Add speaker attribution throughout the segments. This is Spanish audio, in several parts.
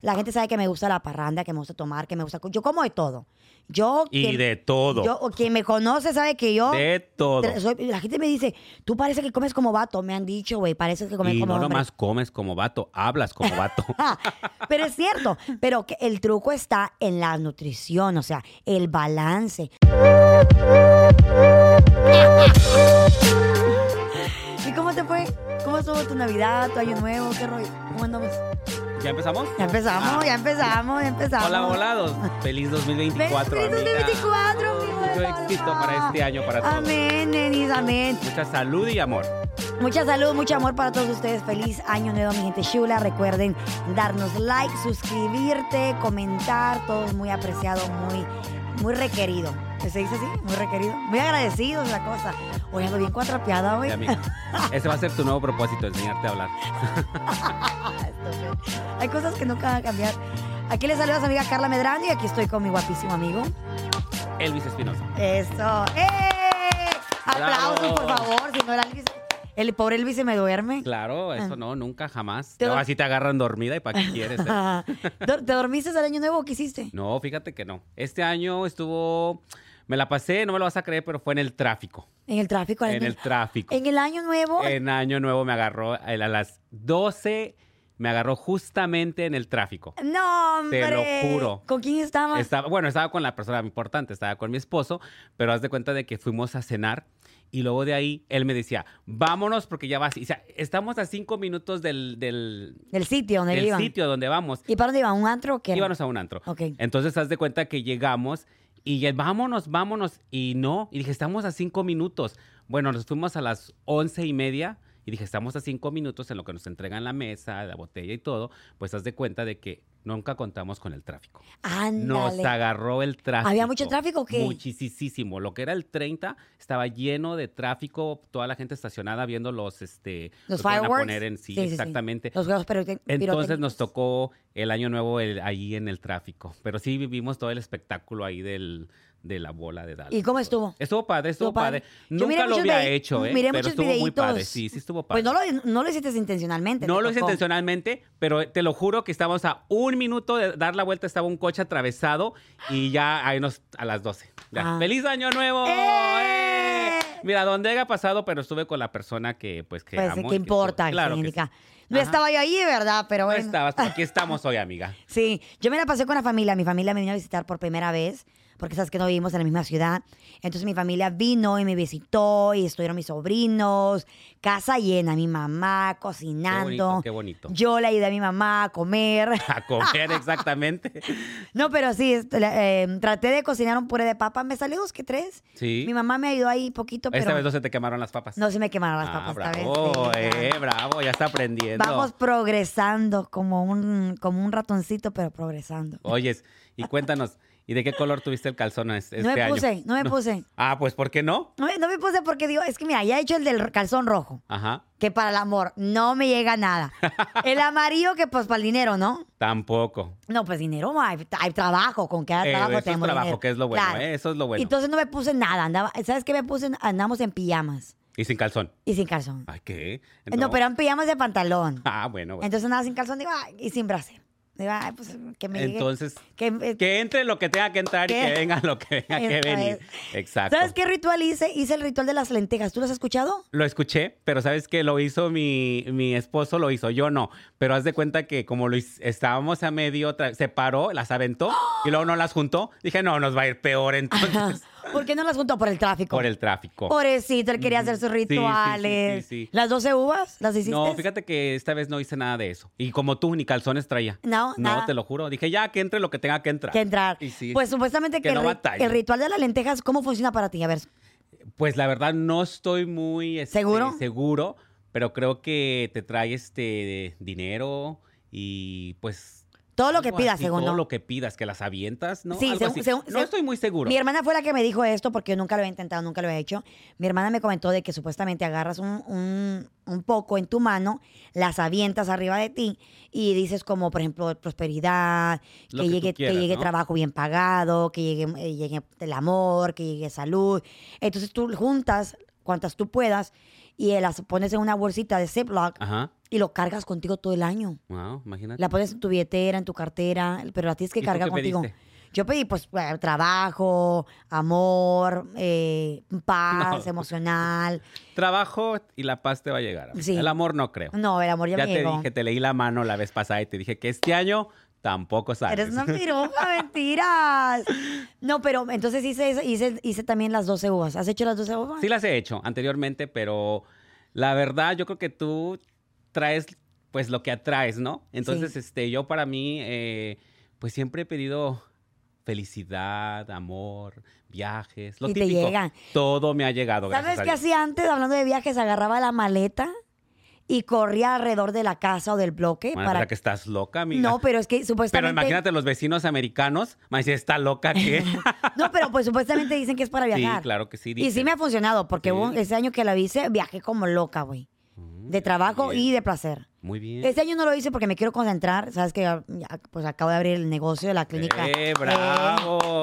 Speaker 1: La gente sabe que me gusta la parranda, que me gusta tomar, que me gusta. Yo como de todo. Yo.
Speaker 2: Y
Speaker 1: quien-
Speaker 2: de todo.
Speaker 1: Yo, quien me conoce sabe que yo.
Speaker 2: de todo.
Speaker 1: tra- soy- la gente me dice, tú pareces que comes como vato. Me han dicho, güey, pareces que comes
Speaker 2: y
Speaker 1: como
Speaker 2: no
Speaker 1: hombre.
Speaker 2: nomás comes como vato, hablas como vato.
Speaker 1: Ah, pero es cierto, pero que el truco está en la nutrición, o sea, el balance. ¿Y cómo te fue? ¿Cómo estuvo tu Navidad, tu Año Nuevo? ¿Qué rollo? ¿Cómo andamos?
Speaker 2: ¿Ya empezamos?
Speaker 1: Ya empezamos,
Speaker 2: Ah.
Speaker 1: ya empezamos, ya empezamos.
Speaker 2: Hola, hola. dos- Feliz 2024,
Speaker 1: Feliz
Speaker 2: amiga.
Speaker 1: 2024, mi
Speaker 2: Mucho
Speaker 1: buena
Speaker 2: éxito
Speaker 1: onda.
Speaker 2: para este año, para todos.
Speaker 1: Amén, nenis, amén.
Speaker 2: Mucha salud y amor.
Speaker 1: Mucha salud, mucho amor para todos ustedes. Feliz año nuevo, mi gente chula. Recuerden darnos like, suscribirte, comentar. Todo es muy apreciado, muy, muy requerido. ¿Se dice así? Muy requerido. Muy agradecido es la cosa. Hoy ando bien cuatrapeada hoy.
Speaker 2: Ya, amiga. Ese va a ser tu nuevo propósito, enseñarte a hablar.
Speaker 1: Hay cosas que nunca van a cambiar. Aquí les saluda a su amiga Carla Medrano y aquí estoy con mi guapísimo amigo.
Speaker 2: Elvis Espinosa.
Speaker 1: Eso. ¡Eh! Aplausos, por favor. Si no, el, Elvis- el pobre Elvis se me duerme.
Speaker 2: Claro, eso no, nunca, jamás.
Speaker 1: Te
Speaker 2: Luego
Speaker 1: doy-
Speaker 2: así Ah. te agarran dormida y para qué quieres. eh?
Speaker 1: ¿Te dormiste el año nuevo o qué hiciste?
Speaker 2: No, fíjate que no. Este año estuvo, me la pasé, no me lo vas a creer, pero fue en el tráfico.
Speaker 1: En el tráfico.
Speaker 2: En el Eh, tráfico.
Speaker 1: En el año nuevo.
Speaker 2: En Año Nuevo me agarró el- a las 12, me agarró justamente en el tráfico.
Speaker 1: No, hombre.
Speaker 2: Te lo juro.
Speaker 1: ¿Con quién estabas?
Speaker 2: Estaba, bueno, estaba con la persona importante, estaba con mi esposo, pero haz de cuenta de que fuimos a cenar y luego de ahí él me decía, vámonos porque ya vas. O sea, estamos a cinco minutos del, del,
Speaker 1: Del sitio donde
Speaker 2: del
Speaker 1: iban.
Speaker 2: sitio donde vamos.
Speaker 1: ¿Y para dónde iban? ¿Un antro o qué? era?
Speaker 2: Íbamos a un antro.
Speaker 1: Ok.
Speaker 2: Entonces, haz de cuenta que llegamos y ya, vámonos, vámonos. Y no, y dije, estamos a cinco minutos. Bueno, nos fuimos a las once y media y dije, estamos a cinco minutos en lo que nos entregan la mesa, la botella y todo. Pues haz de cuenta de que nunca contamos con el tráfico. Nos
Speaker 1: Ándale.
Speaker 2: agarró el tráfico.
Speaker 1: ¿Había mucho tráfico o qué?
Speaker 2: Muchisísimo. Lo que era el 30 estaba lleno de tráfico, toda la gente estacionada viendo los, este,
Speaker 1: Los
Speaker 2: que iban
Speaker 1: fireworks.
Speaker 2: A poner en sí, exactamente.
Speaker 1: Los juegos pirotec-
Speaker 2: Entonces nos
Speaker 1: pirotécnicos.
Speaker 2: tocó el año nuevo el- ahí en el tráfico. Pero sí vivimos todo el espectáculo ahí del, de la bola de Dallas.
Speaker 1: ¿Y cómo estuvo?
Speaker 2: Estuvo padre, estuvo,
Speaker 1: Estuvo padre.
Speaker 2: padre.
Speaker 1: Yo miré
Speaker 2: Nunca lo
Speaker 1: muchos
Speaker 2: había
Speaker 1: vide-
Speaker 2: hecho, ¿eh?
Speaker 1: miré
Speaker 2: pero
Speaker 1: muchos
Speaker 2: estuvo muy padre.
Speaker 1: videitos.
Speaker 2: Sí, sí estuvo padre.
Speaker 1: Pues no lo, no lo hiciste intencionalmente.
Speaker 2: No
Speaker 1: te
Speaker 2: lo hice
Speaker 1: tocó. Pues,
Speaker 2: intencionalmente, pero te lo juro que estábamos a un minuto de dar la vuelta, estaba un coche atravesado y ya ahí nos a las 12. Ya.
Speaker 1: Ah.
Speaker 2: ¡Feliz año nuevo!
Speaker 1: ¡Eh!
Speaker 2: ¡Eh! Mira, donde haya pasado, pero estuve con la persona que pues que
Speaker 1: Pues,
Speaker 2: amo
Speaker 1: ¿qué
Speaker 2: y que-
Speaker 1: importa?
Speaker 2: Claro que sí.
Speaker 1: Angélica? No
Speaker 2: Ajá.
Speaker 1: estaba yo ahí, ¿verdad? Pero
Speaker 2: No
Speaker 1: bueno.
Speaker 2: estabas, pero aquí estamos hoy, amiga.
Speaker 1: Sí, yo me la pasé con la familia. Mi familia me vino a visitar por primera vez, porque sabes que no vivimos en la misma ciudad. Entonces mi familia vino y me visitó y estuvieron mis sobrinos, casa llena, mi mamá cocinando.
Speaker 2: Qué bonito, qué bonito.
Speaker 1: Yo le ayudé a mi mamá a comer.
Speaker 2: A comer exactamente.
Speaker 1: No, pero sí, este, la- eh, traté de cocinar un puré de papa. Me salió dos que tres.
Speaker 2: Sí.
Speaker 1: Mi mamá me ayudó ahí poquito, pero
Speaker 2: Esta vez no se te quemaron las papas.
Speaker 1: no se me quemaron las
Speaker 2: ah,
Speaker 1: papas
Speaker 2: bravo,
Speaker 1: esta vez. sí,
Speaker 2: eh,
Speaker 1: ya.
Speaker 2: bravo, ya está aprendiendo.
Speaker 1: Vamos progresando como un, como un ratoncito, pero progresando.
Speaker 2: Oyes, y cuéntanos, ¿y de qué color tuviste el calzón es- este
Speaker 1: no me
Speaker 2: año?
Speaker 1: puse, no me puse.
Speaker 2: Ah, pues ¿por qué no?
Speaker 1: No me, no me puse porque digo, es que mira, ya he hecho el del calzón rojo,
Speaker 2: Ajá.
Speaker 1: que para el amor no me llega nada. El amarillo que pues para el dinero, ¿no?
Speaker 2: Tampoco.
Speaker 1: No, pues dinero, no hay, hay trabajo, con cada
Speaker 2: Eh,
Speaker 1: trabajo
Speaker 2: eso es
Speaker 1: tenemos
Speaker 2: trabajo,
Speaker 1: dinero.
Speaker 2: que es lo bueno,
Speaker 1: Claro.
Speaker 2: eh, eso es lo bueno.
Speaker 1: Entonces no me puse nada, andaba, ¿sabes qué me puse? Andamos en pijamas
Speaker 2: Y sin calzón.
Speaker 1: y sin calzón.
Speaker 2: Ay, ¿qué?
Speaker 1: Eh, no. pero eran pijamas de pantalón.
Speaker 2: Ah, bueno, bueno.
Speaker 1: Entonces andaba sin calzón digo, ay, y sin brasero. Digo, ay, pues que me llegue-
Speaker 2: Entonces,
Speaker 1: que, eh,
Speaker 2: que entre lo que tenga que entrar y
Speaker 1: ¿Qué?
Speaker 2: que venga lo que tenga que
Speaker 1: Eso
Speaker 2: venir. Exacto.
Speaker 1: ¿Sabes qué ritual hice? Hice el ritual de las lentejas. ¿Tú lo has escuchado?
Speaker 2: Lo escuché, pero sabes que lo hizo mi, mi esposo, lo hizo, yo no. Pero haz de cuenta que como lo hic- estábamos a medio, tra- se paró, las aventó y luego no las juntó. Dije, no, nos va a ir peor entonces
Speaker 1: ¿Por qué no las juntó? Por el tráfico.
Speaker 2: por el tráfico.
Speaker 1: Pobrecito, él quería hacer sus
Speaker 2: Sí, sí, sí, sí,
Speaker 1: rituales.
Speaker 2: sí.
Speaker 1: ¿Las 12 uvas? ¿Las hiciste?
Speaker 2: No, fíjate que esta vez no hice nada de eso. Y como tú, ni calzones traía.
Speaker 1: No, nada.
Speaker 2: te lo juro. Dije, ya, que entre lo que tenga que entrar.
Speaker 1: Que entrar.
Speaker 2: Y sí.
Speaker 1: Pues supuestamente que,
Speaker 2: Que no
Speaker 1: el, ri-
Speaker 2: batalle.
Speaker 1: el ritual de las lentejas, ¿cómo funciona para ti? A ver,
Speaker 2: Pues la verdad no estoy muy este,
Speaker 1: ¿Seguro?
Speaker 2: seguro, pero creo que te trae este dinero y pues
Speaker 1: todo lo que
Speaker 2: algo
Speaker 1: pidas,
Speaker 2: así,
Speaker 1: según
Speaker 2: todo
Speaker 1: ¿no?
Speaker 2: lo que pidas, que las avientas, ¿no?
Speaker 1: Sí,
Speaker 2: Algo
Speaker 1: según-
Speaker 2: así.
Speaker 1: según-
Speaker 2: no
Speaker 1: según-
Speaker 2: estoy muy seguro.
Speaker 1: Mi hermana fue la que me dijo esto porque yo nunca lo había intentado, nunca lo había hecho. Mi hermana me comentó de que supuestamente agarras un, un- un poco en tu mano, las avientas arriba de ti y dices como, por ejemplo, prosperidad, que,
Speaker 2: Lo que tú
Speaker 1: llegue,
Speaker 2: quieras,
Speaker 1: que llegue
Speaker 2: ¿no?
Speaker 1: trabajo bien pagado, que llegue, eh, llegue el amor, que llegue salud. Entonces tú juntas cuantas tú puedas y eh, las pones en una bolsita de Ziploc
Speaker 2: Ajá.
Speaker 1: y lo cargas contigo todo el año.
Speaker 2: Wow, imagínate.
Speaker 1: La pones en tu billetera, en tu cartera, pero la tienes que
Speaker 2: ¿Y tú
Speaker 1: cargar
Speaker 2: qué
Speaker 1: contigo.
Speaker 2: pediste?
Speaker 1: Yo pedí, pues, eh, trabajo, amor, eh, paz
Speaker 2: No.
Speaker 1: emocional.
Speaker 2: Trabajo y la paz te va a llegar. amiga.
Speaker 1: Sí.
Speaker 2: El amor no creo.
Speaker 1: No, el amor ya,
Speaker 2: ya
Speaker 1: me
Speaker 2: te
Speaker 1: llegó.
Speaker 2: dije, te leí la mano la vez pasada y te dije que este año tampoco sales.
Speaker 1: Eres una piruja, mentiras. No, pero entonces hice, eso, hice, hice también las 12 uvas. ¿Has hecho las 12 uvas?
Speaker 2: Sí las he hecho anteriormente, pero la verdad yo creo que tú traes pues lo que atraes, ¿no? Entonces,
Speaker 1: Sí.
Speaker 2: este, yo para mí, eh, pues siempre he pedido felicidad, amor, viajes, lo
Speaker 1: Y te
Speaker 2: típico.
Speaker 1: llegan.
Speaker 2: Todo me ha llegado, gracias
Speaker 1: ¿Sabes
Speaker 2: a
Speaker 1: qué
Speaker 2: Dios.
Speaker 1: hacía antes? Hablando de viajes, agarraba la maleta y corría alrededor de la casa o del bloque
Speaker 2: Bueno,
Speaker 1: para...
Speaker 2: para que estás loca, amiga.
Speaker 1: No, pues, pero es que
Speaker 2: pero
Speaker 1: supuestamente...
Speaker 2: imagínate los vecinos americanos, me dice, ¿está loca qué?
Speaker 1: No, pero pues supuestamente dicen que es para
Speaker 2: sí,
Speaker 1: viajar.
Speaker 2: claro que sí.
Speaker 1: Y sí
Speaker 2: dicen.
Speaker 1: me ha funcionado, porque
Speaker 2: Sí.
Speaker 1: hubo- ese año que la hice, viajé como loca, güey.
Speaker 2: Mm,
Speaker 1: De trabajo
Speaker 2: bien.
Speaker 1: y de placer.
Speaker 2: Muy bien.
Speaker 1: Este año no lo hice porque me quiero concentrar. Sabes que ya- ya, pues acabo de abrir el negocio de la clínica.
Speaker 2: ¡Eh,
Speaker 1: Eh,
Speaker 2: bravo!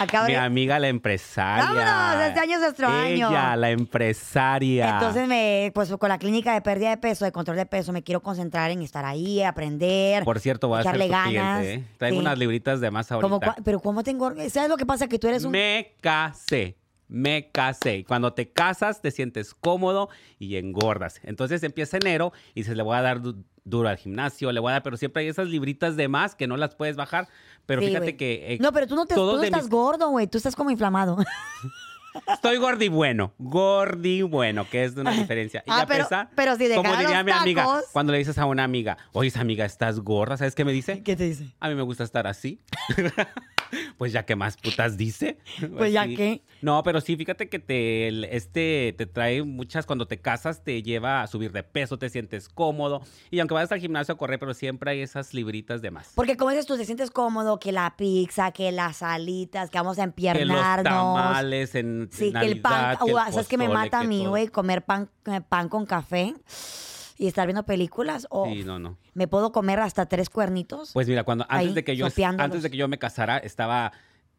Speaker 1: acaba
Speaker 2: Mi
Speaker 1: de-
Speaker 2: amiga la empresaria.
Speaker 1: ¡Vámonos! Este año es nuestro año.
Speaker 2: Ella, la empresaria.
Speaker 1: Entonces, me, pues con la clínica de pérdida de peso, de control de peso, me quiero concentrar en estar ahí, aprender.
Speaker 2: Por cierto, voy a ser
Speaker 1: echarle
Speaker 2: tu
Speaker 1: ganas,
Speaker 2: cliente. ¿eh? Traigo
Speaker 1: sí.
Speaker 2: unas libritas de más ahorita.
Speaker 1: Como cua- pero ¿cómo te engordas? ¿Sabes lo que pasa? Que tú eres un...
Speaker 2: Me casé. Me casé. Y Cuando te casas, te sientes cómodo y engordas. Entonces empieza enero y dices, le voy a dar du- duro al gimnasio, le voy a dar, pero siempre hay esas libritas de más que no las puedes bajar. Pero
Speaker 1: Sí,
Speaker 2: fíjate
Speaker 1: güey.
Speaker 2: que eh,
Speaker 1: No, pero tú no, te, tú
Speaker 2: todos
Speaker 1: no
Speaker 2: de
Speaker 1: estás
Speaker 2: mis-
Speaker 1: gordo, güey. Tú estás como inflamado.
Speaker 2: Estoy gordi bueno, gordi bueno, que es de una diferencia. Y
Speaker 1: Ah,
Speaker 2: a
Speaker 1: pero-
Speaker 2: pesar-
Speaker 1: pero si dejara
Speaker 2: como diría
Speaker 1: los
Speaker 2: mi amiga,
Speaker 1: tacos.
Speaker 2: cuando le dices a una amiga, oye, esa amiga, estás gorda, ¿sabes qué me dice?
Speaker 1: ¿Qué te dice?
Speaker 2: A mí me gusta estar así. pues ya que más putas dice.
Speaker 1: Pues ya
Speaker 2: Así.
Speaker 1: qué.
Speaker 2: No, pero sí, fíjate que te, el- este, te trae muchas, cuando te casas, te lleva a subir de peso, te sientes cómodo. Y aunque vayas al gimnasio a correr, pero siempre hay esas libritas de más.
Speaker 1: Porque como dices tú, te sientes cómodo que la pizza, que las alitas, que vamos a
Speaker 2: Que los
Speaker 1: empiernarnos.
Speaker 2: tamales en
Speaker 1: Sí, que el pan.
Speaker 2: Navidad, que el
Speaker 1: Ua, ¿Sabes qué me
Speaker 2: pozole,
Speaker 1: mata a
Speaker 2: que
Speaker 1: mí,
Speaker 2: todo.
Speaker 1: güey? Comer pan, eh, pan con café y estar viendo películas. O
Speaker 2: Sí, no, no.
Speaker 1: me puedo comer hasta tres cuernitos.
Speaker 2: Pues mira, cuando antes
Speaker 1: Ahí,
Speaker 2: de que yo
Speaker 1: sopeándolos.
Speaker 2: antes de que yo me casara estaba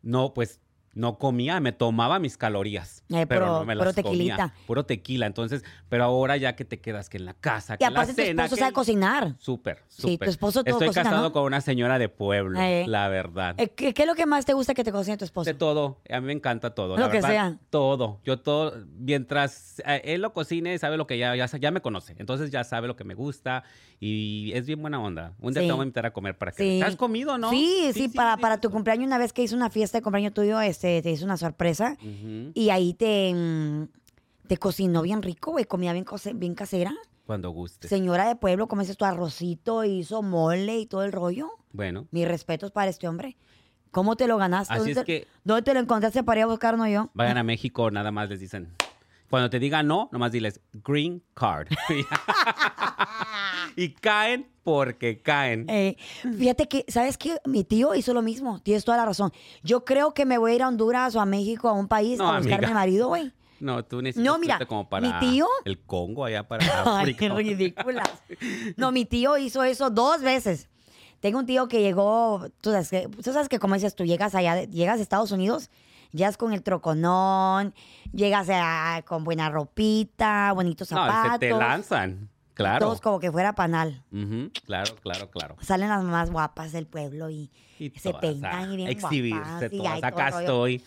Speaker 2: no pues no comía, me tomaba mis calorías.
Speaker 1: Eh,
Speaker 2: pero
Speaker 1: puro-
Speaker 2: no me
Speaker 1: puro
Speaker 2: las comía,
Speaker 1: tequilita.
Speaker 2: puro tequila, entonces, pero ahora ya que te quedas que en la casa,
Speaker 1: y
Speaker 2: que en la
Speaker 1: aparte tu
Speaker 2: cena,
Speaker 1: esposo
Speaker 2: que-
Speaker 1: sabe cocinar.
Speaker 2: Súper,
Speaker 1: Sí,
Speaker 2: súper.
Speaker 1: tu esposo todo
Speaker 2: Estoy
Speaker 1: cocina,
Speaker 2: casado
Speaker 1: ¿no?
Speaker 2: con una señora de pueblo,
Speaker 1: Eh.
Speaker 2: la verdad.
Speaker 1: Eh, ¿Qué, qué es lo que más te gusta que te cocine tu esposo?
Speaker 2: De todo, a mí me encanta todo. la
Speaker 1: Lo que
Speaker 2: verdad,
Speaker 1: sea.
Speaker 2: Todo, yo todo, mientras eh, él lo cocine, sabe lo que ya, ya, sa- ya me conoce, entonces ya sabe lo que me gusta y es bien buena onda. Un día
Speaker 1: Sí.
Speaker 2: te voy a invitar a comer para que...
Speaker 1: Sí.
Speaker 2: ¿Has comido, no?
Speaker 1: Sí, sí, para,
Speaker 2: sí,
Speaker 1: para tu
Speaker 2: sí.
Speaker 1: cumpleaños, una vez que hice una fiesta de cumpleaños tuyo, este, te hice una sorpresa
Speaker 2: Ujú.
Speaker 1: y ahí te, mm, te cocinó bien rico, güey, comida bien, cose- bien casera.
Speaker 2: Cuando guste.
Speaker 1: Señora de pueblo, como dices tu arrocito, hizo mole y todo el rollo.
Speaker 2: Bueno,
Speaker 1: Mis respetos para este hombre. ¿Cómo te lo ganaste?
Speaker 2: Así
Speaker 1: ¿Dónde,
Speaker 2: es
Speaker 1: te,
Speaker 2: que-
Speaker 1: dónde te lo encontraste para ir a buscar, no yo?
Speaker 2: vayan a México, nada más les dicen. Cuando te digan no, nomás diles green card. y caen porque caen.
Speaker 1: Eh, fíjate que, ¿sabes qué? Mi tío hizo lo mismo. Tienes toda la razón. Yo creo que me voy a ir a Honduras o a México, a un país,
Speaker 2: No,
Speaker 1: a buscar
Speaker 2: amiga.
Speaker 1: mi marido, güey.
Speaker 2: No, tú necesitas
Speaker 1: No, mira,
Speaker 2: irte como para
Speaker 1: mi tío-
Speaker 2: el Congo allá para
Speaker 1: Ay,
Speaker 2: África.
Speaker 1: qué ridícula. No, mi tío hizo eso dos veces. Tengo un tío que llegó, tú sabes que, tú sabes que como dices, tú llegas allá, de- llegas a Estados Unidos, llegas con el troconón, llegas a- con buena ropita, bonitos
Speaker 2: no,
Speaker 1: zapatos.
Speaker 2: se te lanzan. Claro.
Speaker 1: Todos como que fuera panal.
Speaker 2: Ujú, Claro, claro, claro.
Speaker 1: Salen las más guapas del pueblo y,
Speaker 2: Y
Speaker 1: se
Speaker 2: todas,
Speaker 1: peinan
Speaker 2: ah,
Speaker 1: y bien
Speaker 2: Exhibirse
Speaker 1: guapas. y,
Speaker 2: todas.
Speaker 1: ay, todo
Speaker 2: Acá
Speaker 1: el rollo.
Speaker 2: estoy.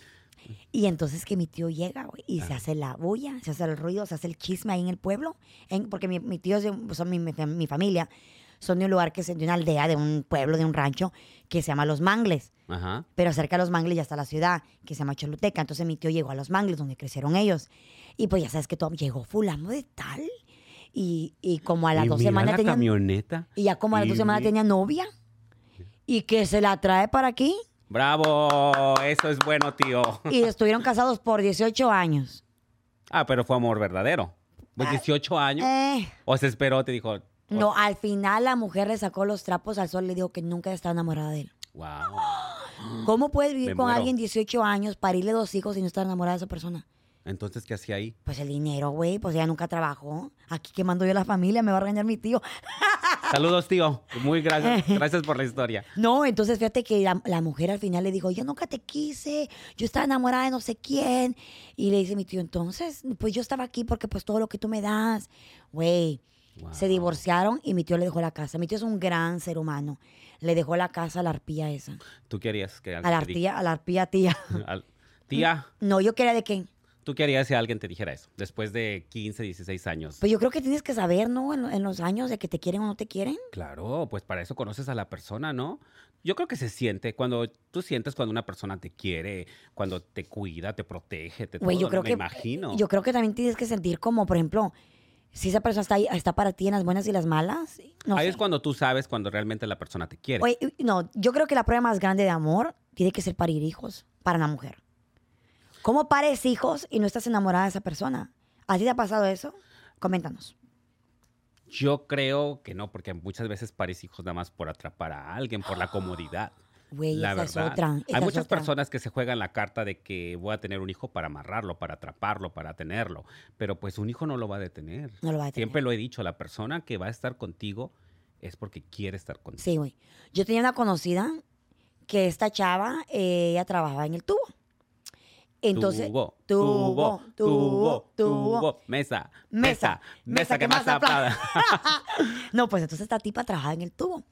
Speaker 1: Y entonces que mi tío llega, güey, y se hace la bulla, se hace el ruido, se hace el chisme ahí en el pueblo. en- porque mi, mi tío, es de un- son mi, mi- mi familia, son de un lugar que es de una aldea, de un pueblo, de un rancho, que se llama Los Mangles.
Speaker 2: Ajá.
Speaker 1: Pero cerca de Los Mangles ya está la ciudad, que se llama Choluteca. Entonces mi tío llegó a Los Mangles, donde crecieron ellos. Y pues ya sabes que todo, llegó fulano de tal. Y, y como a las
Speaker 2: Y
Speaker 1: dos
Speaker 2: mira
Speaker 1: semanas
Speaker 2: la
Speaker 1: tenían...
Speaker 2: camioneta.
Speaker 1: Y ya como a las
Speaker 2: Y
Speaker 1: dos semanas
Speaker 2: mi-
Speaker 1: tenía novia. Y que se la trae para aquí.
Speaker 2: Bravo, eso es bueno, tío.
Speaker 1: Y estuvieron casados por 18 años.
Speaker 2: Ah, pero fue amor verdadero. Pues 18 años.
Speaker 1: Eh,
Speaker 2: O se esperó, te dijo. "Oh,
Speaker 1: no, al final la mujer le sacó los trapos al sol y le dijo que nunca estaba enamorada de él.
Speaker 2: Wow.
Speaker 1: ¿Cómo puedes
Speaker 2: Me
Speaker 1: vivir con
Speaker 2: muero.
Speaker 1: alguien 18 años, parirle dos hijos y no estar enamorada de esa persona?
Speaker 2: Entonces, ¿qué hacía ahí?
Speaker 1: Pues el dinero, güey, pues ella nunca trabajó. Aquí quemando yo la familia, me va a regañar mi tío.
Speaker 2: Saludos, tío. Muy gracias. Gracias por la historia.
Speaker 1: No, entonces fíjate que la, la mujer al final le dijo, yo nunca te quise, yo estaba enamorada de no sé quién. Y le dice mi tío, entonces, pues yo estaba aquí porque pues todo lo que tú me das, güey.
Speaker 2: Wow.
Speaker 1: Se divorciaron y mi tío le dejó la casa. Mi tío es un gran ser humano. Le dejó la casa a la arpía esa.
Speaker 2: ¿Tú querías que
Speaker 1: A la
Speaker 2: alguien te
Speaker 1: arpía, a la arpía tía.
Speaker 2: dijera- al- Tía,
Speaker 1: No, yo quería de qué.
Speaker 2: ¿tú qué harías si alguien te dijera eso? Después de 15, 16 años.
Speaker 1: Pues yo creo que tienes que saber, ¿no? En, lo- en los años de que te quieren o no te quieren.
Speaker 2: Claro, pues para eso conoces a la persona, ¿no? Yo creo que se siente, cuando tú sientes cuando una persona te quiere, cuando te cuida, te protege, te
Speaker 1: Güey,
Speaker 2: todo,
Speaker 1: yo creo
Speaker 2: me
Speaker 1: que-
Speaker 2: imagino.
Speaker 1: Yo creo que también tienes que sentir como, por ejemplo, si esa persona está ahí, está para ti en las buenas y las malas. No
Speaker 2: Ahí
Speaker 1: sé.
Speaker 2: es cuando tú sabes cuando realmente la persona te quiere.
Speaker 1: Oye, y- no, yo creo que la prueba más grande de amor tiene que ser parir hijos para una mujer. ¿Cómo pares hijos y no estás enamorada de esa persona? ¿A ti te ha pasado eso? Coméntanos.
Speaker 2: Yo creo que no, porque muchas veces pares hijos nada más por atrapar a alguien, por la comodidad.
Speaker 1: Güey,
Speaker 2: la
Speaker 1: esa es
Speaker 2: verdad.
Speaker 1: otra, esa es
Speaker 2: Hay muchas
Speaker 1: otra.
Speaker 2: personas que se juegan la carta de que voy a tener un hijo para amarrarlo, para atraparlo, para tenerlo. Pero pues un hijo no lo va a detener.
Speaker 1: No lo va a tener.
Speaker 2: Siempre lo he dicho, la persona que va a estar contigo es porque quiere estar contigo.
Speaker 1: Sí, güey. Yo tenía una conocida que esta chava, eh, ella trabajaba en el tubo. Entonces,
Speaker 2: tubo,
Speaker 1: tubo,
Speaker 2: tubo,
Speaker 1: tubo,
Speaker 2: tubo,
Speaker 1: tubo.
Speaker 2: mesa,
Speaker 1: Mesa, mesa
Speaker 2: mesa, mesa
Speaker 1: que
Speaker 2: que
Speaker 1: más
Speaker 2: más aplauda.
Speaker 1: No, pues entonces esta tipa trabajaba en el tubo.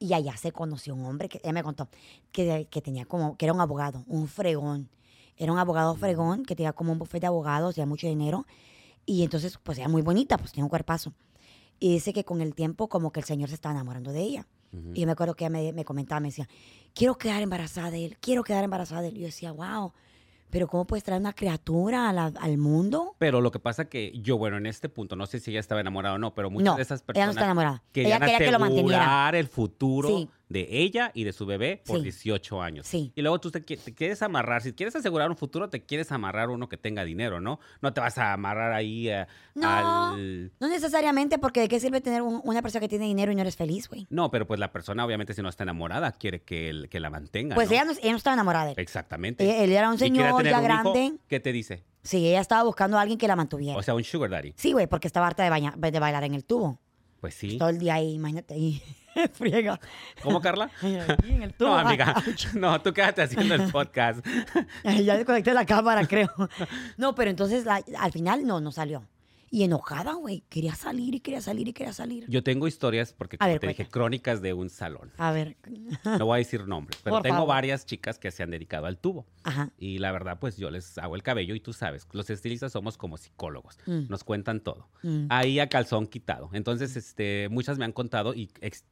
Speaker 1: Y allá se conoció un hombre que ella me contó que, que tenía como, que era un abogado, un fregón. Era un abogado fregón que tenía como un bufete de abogados, tenía mucho dinero. Y entonces, pues era muy bonita, pues tenía un cuerpazo. Y dice que con el tiempo, como que el señor se estaba enamorando de ella.
Speaker 2: Ujú.
Speaker 1: Y yo me acuerdo que ella me, me comentaba, me decía, quiero quedar embarazada de él, quiero quedar embarazada de él. Y yo decía, wow, pero ¿cómo puedes traer una criatura a la- al mundo?
Speaker 2: Pero lo que pasa que yo, bueno, en este punto, no sé si ella estaba enamorada o no, pero muchas
Speaker 1: no,
Speaker 2: de esas
Speaker 1: ella no
Speaker 2: personas
Speaker 1: está enamorada. Ella
Speaker 2: querían
Speaker 1: quería que lo mantuviera.
Speaker 2: asegurar el futuro
Speaker 1: Sí.
Speaker 2: de ella y de su bebé por
Speaker 1: Sí.
Speaker 2: 18 años.
Speaker 1: Sí.
Speaker 2: Y luego tú te, qui- te quieres amarrar. Si quieres asegurar un futuro, te quieres amarrar uno que tenga dinero, ¿no? No te vas a amarrar ahí eh,
Speaker 1: No.
Speaker 2: al...
Speaker 1: No necesariamente, porque ¿de qué sirve tener un- una persona que tiene dinero y no eres feliz, güey?
Speaker 2: No, pero pues la persona, obviamente, si no está enamorada, quiere que, él- que la mantenga,
Speaker 1: Pues
Speaker 2: ¿no?
Speaker 1: ella no, ella no estaba enamorada de él.
Speaker 2: Exactamente.
Speaker 1: Ella- Él era un
Speaker 2: Y quiere
Speaker 1: señor
Speaker 2: tener
Speaker 1: ya
Speaker 2: un hijo,
Speaker 1: grande.
Speaker 2: ¿Qué te dice?
Speaker 1: Sí, ella estaba buscando a alguien que la mantuviera.
Speaker 2: O sea, un sugar daddy.
Speaker 1: sí, güey, porque estaba harta de, baña- de bailar en el tubo.
Speaker 2: Pues sí.
Speaker 1: Todo el día ahí, imagínate ahí. Friega.
Speaker 2: ¿Cómo, Carla?
Speaker 1: Ahí en el tubo.
Speaker 2: No, amiga. No, tú quédate haciendo el podcast.
Speaker 1: ya desconecté la cámara, creo. No, pero entonces la- al final no, no salió. Y enojada, güey. Quería salir y quería salir y quería salir.
Speaker 2: Yo tengo historias, porque
Speaker 1: A
Speaker 2: como
Speaker 1: ver,
Speaker 2: te dije,
Speaker 1: cuenta.
Speaker 2: crónicas de un salón.
Speaker 1: A ver.
Speaker 2: No voy a decir nombres, pero
Speaker 1: Por
Speaker 2: tengo
Speaker 1: favor.
Speaker 2: varias chicas que se han dedicado al tubo.
Speaker 1: Ajá.
Speaker 2: Y la verdad, pues yo les hago el cabello y tú sabes, los estilistas somos como psicólogos,
Speaker 1: Mm.
Speaker 2: nos cuentan todo.
Speaker 1: Mm.
Speaker 2: Ahí a calzón quitado. Entonces, este, muchas me han contado y ex-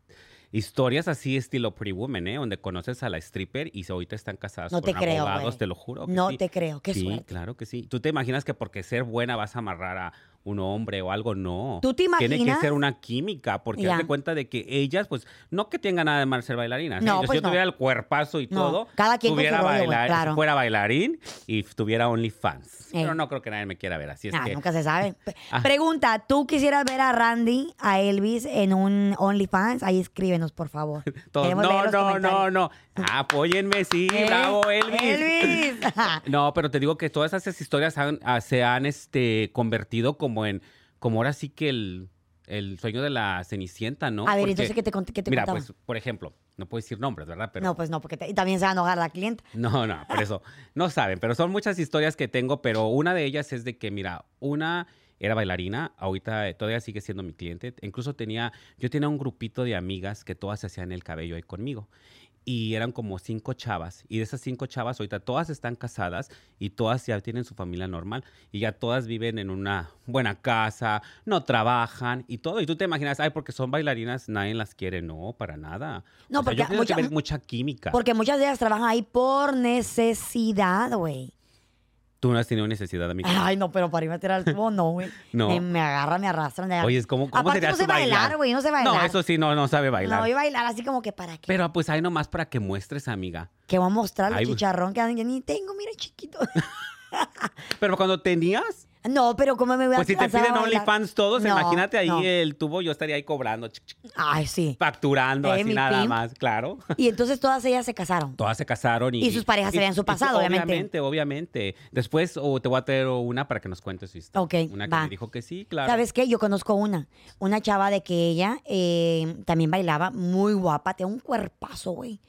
Speaker 2: historias así estilo Pretty Woman, ¿eh? Donde conoces a la stripper y ahorita están casadas
Speaker 1: No
Speaker 2: con
Speaker 1: te creo,
Speaker 2: abogados,
Speaker 1: güey.
Speaker 2: te lo juro. que
Speaker 1: No
Speaker 2: sí.
Speaker 1: te creo. Qué
Speaker 2: sí,
Speaker 1: suerte.
Speaker 2: claro que sí. ¿Tú te imaginas que porque ser buena vas a amarrar a un hombre o algo? No.
Speaker 1: ¿Tú te
Speaker 2: Tiene
Speaker 1: imaginas?
Speaker 2: que ser una química, porque
Speaker 1: Ya.
Speaker 2: hazte cuenta de que ellas, pues, no que tengan nada de mal ser bailarinas. ¿eh?
Speaker 1: No,
Speaker 2: Yo- si
Speaker 1: pues
Speaker 2: yo
Speaker 1: no.
Speaker 2: tuviera el cuerpazo y
Speaker 1: No,
Speaker 2: todo,
Speaker 1: cada quien con su
Speaker 2: tuviera
Speaker 1: rollo, güey,
Speaker 2: bailar-
Speaker 1: claro. Eh.
Speaker 2: fuera bailarín y f- tuviera OnlyFans.
Speaker 1: Ey.
Speaker 2: Pero no creo que nadie me quiera ver, así es
Speaker 1: Ah,
Speaker 2: que...
Speaker 1: nunca se sabe. Pe-
Speaker 2: Ah.
Speaker 1: Pregunta, ¿tú quisieras ver a Randy, a Elvis en un OnlyFans? Ahí escríbenos, por favor.
Speaker 2: Todos,
Speaker 1: Queremos leer
Speaker 2: no,
Speaker 1: los
Speaker 2: no,
Speaker 1: comentarios.
Speaker 2: no, no. Apóyenme, sí,
Speaker 1: ¿Eh?
Speaker 2: bravo, Elvis.
Speaker 1: Elvis.
Speaker 2: No, pero te digo que todas esas historias han- ah, se han este, convertido como en, como ahora sí que el, el sueño de la Cenicienta, ¿no?
Speaker 1: a ver,
Speaker 2: Porque-
Speaker 1: entonces, ¿qué te, cont- qué te
Speaker 2: Mira,
Speaker 1: contaba?
Speaker 2: pues, por ejemplo, no puedo decir nombres, ¿verdad? Pero,
Speaker 1: no, pues no, porque te- y también se va a enojar la clienta.
Speaker 2: No, no, por eso. No saben, pero son muchas historias que tengo, pero una de ellas es de que, mira, una era bailarina, ahorita eh, todavía sigue siendo mi cliente. Incluso tenía, yo tenía un grupito de amigas que todas se hacían el cabello ahí conmigo. Y eran como cinco chavas. Y de esas cinco chavas, ahorita todas están casadas y todas ya tienen su familia normal. Y ya todas viven en una buena casa, no trabajan y todo. Y tú te imaginas, ay, porque son bailarinas, nadie las quiere. No, para nada.
Speaker 1: No,
Speaker 2: O sea,
Speaker 1: porque ah,
Speaker 2: yo pienso que
Speaker 1: mucha-
Speaker 2: hay mucha química.
Speaker 1: Porque muchas de ellas trabajan ahí por necesidad, güey.
Speaker 2: Tú no has tenido necesidad, amiga.
Speaker 1: Ay, no, pero para irme a tirar al tubo, no, güey.
Speaker 2: No.
Speaker 1: Me, me agarran, me arrastran. de allá.
Speaker 2: Oye, es como cómo
Speaker 1: Aparte,
Speaker 2: sería
Speaker 1: no sé
Speaker 2: tu bailar?
Speaker 1: bailar, güey, no sé bailar.
Speaker 2: No, eso sí, no, no sabe bailar.
Speaker 1: No, yo bailar así como que para qué.
Speaker 2: Pero pues ahí nomás para que muestres, amiga.
Speaker 1: que va a mostrar el
Speaker 2: Ay, güey.
Speaker 1: chicharrón que ya ni tengo, mira, chiquito.
Speaker 2: Pero cuando tenías,
Speaker 1: No, pero ¿cómo me voy a
Speaker 2: pues si te
Speaker 1: alcanzar a
Speaker 2: piden
Speaker 1: bailar?
Speaker 2: OnlyFans todos,
Speaker 1: No,
Speaker 2: imagínate ahí
Speaker 1: no.
Speaker 2: el tubo, yo estaría ahí cobrando, chic, chic,
Speaker 1: Ay, sí.
Speaker 2: facturando,
Speaker 1: Eh, mi
Speaker 2: así nada
Speaker 1: pimp.
Speaker 2: más, claro.
Speaker 1: Y entonces todas ellas se casaron.
Speaker 2: Todas se casaron y...
Speaker 1: Y sus parejas se veían su
Speaker 2: y-
Speaker 1: pasado, obviamente.
Speaker 2: Obviamente, obviamente. Después o te voy a traer una para que nos cuentes su historia.
Speaker 1: Ok,
Speaker 2: Una que
Speaker 1: va.
Speaker 2: me dijo que sí, claro.
Speaker 1: ¿Sabes qué? Yo conozco una. Una chava de que ella eh, también bailaba, muy guapa, tenía un cuerpazo, güey.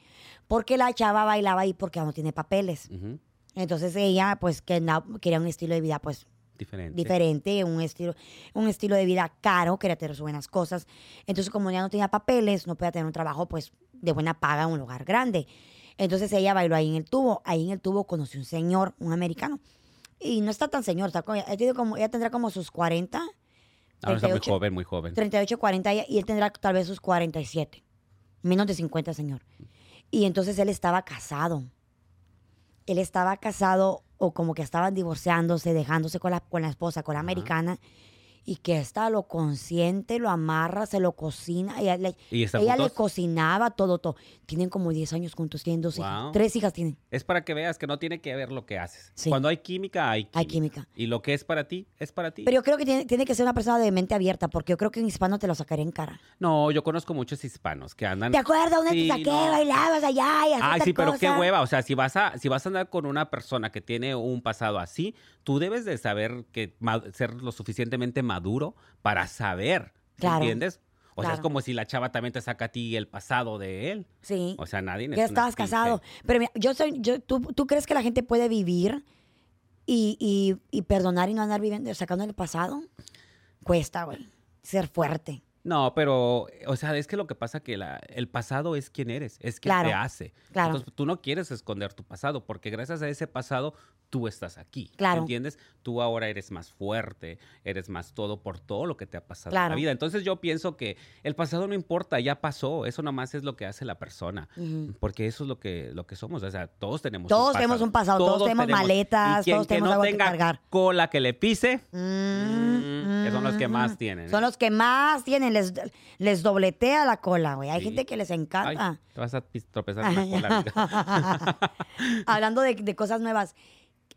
Speaker 1: Porque la chava bailaba ahí porque no tiene papeles.
Speaker 2: Ujú.
Speaker 1: Entonces ella, pues, que na- quería un estilo de vida, pues,
Speaker 2: Diferente.
Speaker 1: diferente, un estilo, un estilo de vida caro, quería tener sus buenas cosas. Entonces, como ya no tenía papeles, no podía tener un trabajo pues de buena paga en un lugar grande. Entonces ella bailó ahí en el tubo. Ahí en el tubo conoció un señor, un americano. Y no está tan señor, está como- ella, tiene como, ella tendrá como sus 40,
Speaker 2: Ahora está Ah, muy
Speaker 1: 38.
Speaker 2: joven, muy joven.
Speaker 1: 38, 40 ella, y él tendrá tal vez sus 47. Menos de 50, señor. Y entonces él estaba casado. Él estaba casado o como que estaban divorciándose, dejándose con la, con la esposa, con la
Speaker 2: Ajá.
Speaker 1: americana. Y que esta lo consiente, lo amarra, se lo cocina. Ella le,
Speaker 2: ¿Y están
Speaker 1: ella le
Speaker 2: juntos?
Speaker 1: cocinaba todo, todo. Tienen como 10 años juntos, tienen dos hijas.
Speaker 2: Wow.
Speaker 1: Tres hijas tienen.
Speaker 2: Es para que veas que no tiene que ver lo que haces.
Speaker 1: Sí.
Speaker 2: Cuando hay química, hay química.
Speaker 1: Hay química.
Speaker 2: Y lo que es para ti, es para ti.
Speaker 1: Pero yo creo que tiene, tiene que ser una persona de mente abierta, porque yo creo que en hispano te lo sacaría en cara.
Speaker 2: No, yo conozco muchos hispanos que andan...
Speaker 1: ¿Te acuerdas dónde
Speaker 2: Ah, Sí,
Speaker 1: te saqué?
Speaker 2: no.
Speaker 1: Bailabas allá y hacías
Speaker 2: Ay, sí,
Speaker 1: esta
Speaker 2: pero qué
Speaker 1: cosa?
Speaker 2: hueva. O sea, si vas a, si vas a andar con una persona que tiene un pasado así, tú debes de saber que ma- ser lo suficientemente maduro para saber. ¿sí
Speaker 1: Claro,
Speaker 2: ¿Entiendes? O sea, es
Speaker 1: claro.
Speaker 2: como si la chava también te saca a ti el pasado de él.
Speaker 1: Sí.
Speaker 2: O sea, nadie es
Speaker 1: Ya
Speaker 2: una
Speaker 1: estabas
Speaker 2: pinche-
Speaker 1: casado. Pero mira, yo soy, yo, ¿tú, ¿tú crees que la gente puede vivir y, y- y perdonar y no andar viviendo, sacando el pasado? Cuesta, güey. Ser fuerte.
Speaker 2: No, pero, o sea, es que lo que pasa que la- el pasado es quien eres, es quien
Speaker 1: Claro,
Speaker 2: te hace.
Speaker 1: claro.
Speaker 2: Entonces, tú no quieres esconder tu pasado, porque gracias a ese pasado tú estás aquí.
Speaker 1: Claro.
Speaker 2: ¿Entiendes? Tú ahora eres más fuerte, eres más todo por todo lo que te ha pasado en
Speaker 1: Claro.
Speaker 2: la vida. Entonces, yo pienso que el pasado no importa, ya pasó. Eso nomás es lo que hace la persona.
Speaker 1: Ujú.
Speaker 2: Porque eso es lo que, lo que somos. O sea, todos tenemos
Speaker 1: Todos tenemos un pasado, todos tenemos maletas,
Speaker 2: y quien
Speaker 1: todos
Speaker 2: que
Speaker 1: tenemos
Speaker 2: no
Speaker 1: algo que
Speaker 2: tenga
Speaker 1: cargar.
Speaker 2: cola que le pise,
Speaker 1: Mm,
Speaker 2: que son los que más tienen,
Speaker 1: Son
Speaker 2: ¿eh?
Speaker 1: los que más tienen. Les, les dobletea la cola, güey. Hay
Speaker 2: Sí.
Speaker 1: gente que les
Speaker 2: ay,
Speaker 1: encanta.
Speaker 2: te vas a pis- tropezar en la cola, amiga.
Speaker 1: Hablando de, de cosas nuevas,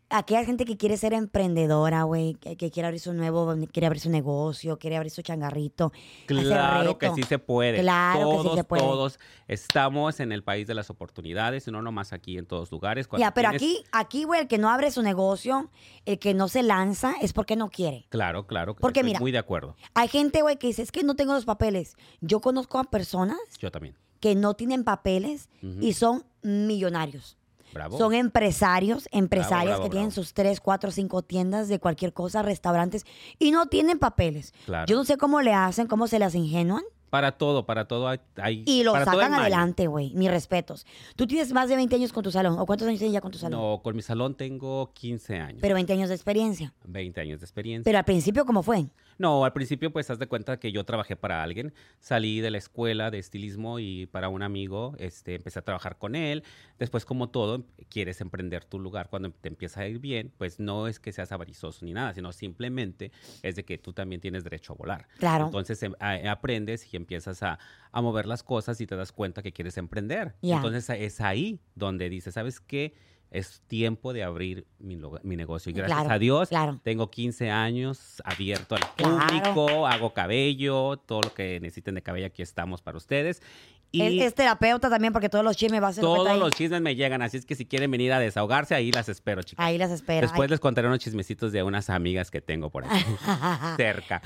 Speaker 1: aquella gente que quiere ser emprendedora, güey, que, que quiere abrir su nuevo, quiere abrir su negocio, quiere abrir su changarrito. hacer
Speaker 2: Claro que
Speaker 1: reto.
Speaker 2: sí se puede.
Speaker 1: Claro que sí
Speaker 2: todos,
Speaker 1: se puede.
Speaker 2: Todos estamos en el país de las oportunidades, y no nomás aquí en todos lugares. Cuando
Speaker 1: Ya, pero
Speaker 2: tienes-
Speaker 1: aquí, aquí, güey, el que no abre su negocio, el que no se lanza, es porque no quiere.
Speaker 2: Claro, claro. que
Speaker 1: Porque
Speaker 2: estoy
Speaker 1: mira-
Speaker 2: Muy de acuerdo.
Speaker 1: Hay gente, güey, que dice, es que no tengo los papeles. Yo conozco a personas
Speaker 2: Yo también.
Speaker 1: que no tienen papeles
Speaker 2: Ujú.
Speaker 1: y son millonarios.
Speaker 2: Bravo.
Speaker 1: Son empresarios, empresarias
Speaker 2: bravo,
Speaker 1: que tienen
Speaker 2: bravo.
Speaker 1: sus tres, cuatro, cinco tiendas de cualquier cosa, restaurantes, y no tienen papeles.
Speaker 2: Claro.
Speaker 1: Yo no sé cómo le hacen, cómo se las ingenuan
Speaker 2: Para todo, para todo hay. hay-
Speaker 1: y lo
Speaker 2: para todo
Speaker 1: sacan
Speaker 2: hay maña.
Speaker 1: adelante, güey. Mis respetos. Tú tienes más de 20 años con tu salón, ¿o cuántos años tienes ya con tu salón?
Speaker 2: No, con mi salón tengo 15 años,
Speaker 1: Pero 20 años de experiencia.
Speaker 2: 20 años de experiencia.
Speaker 1: Pero al principio, ¿cómo fue?
Speaker 2: No, al principio pues haz de cuenta que yo trabajé para alguien, salí de la escuela de estilismo y para un amigo, este, empecé a trabajar con él, después como todo, em- quieres emprender tu lugar, cuando te empieza a ir bien, pues no es que seas avaricioso ni nada, sino simplemente es de que tú también tienes derecho a volar.
Speaker 1: Claro.
Speaker 2: Entonces em- a- aprendes y empiezas a, a mover las cosas y te das cuenta que quieres emprender.
Speaker 1: Ya.
Speaker 2: Entonces a- es ahí donde dices, ¿sabes qué? Es tiempo de abrir mi, lo- mi negocio. Y gracias
Speaker 1: Claro,
Speaker 2: a Dios,
Speaker 1: claro.
Speaker 2: tengo 15 años abierto al
Speaker 1: Claro.
Speaker 2: público, hago cabello, todo lo que necesiten de cabello aquí estamos para ustedes. Y
Speaker 1: Es, es terapeuta también porque todos los chismes va a ser lo que
Speaker 2: todos
Speaker 1: traen.
Speaker 2: los chismes me llegan, así es que si quieren venir a desahogarse, ahí las espero, chicas.
Speaker 1: Ahí las espera.
Speaker 2: Después
Speaker 1: Ay.
Speaker 2: les contaré unos chismecitos de unas amigas que tengo por aquí cerca.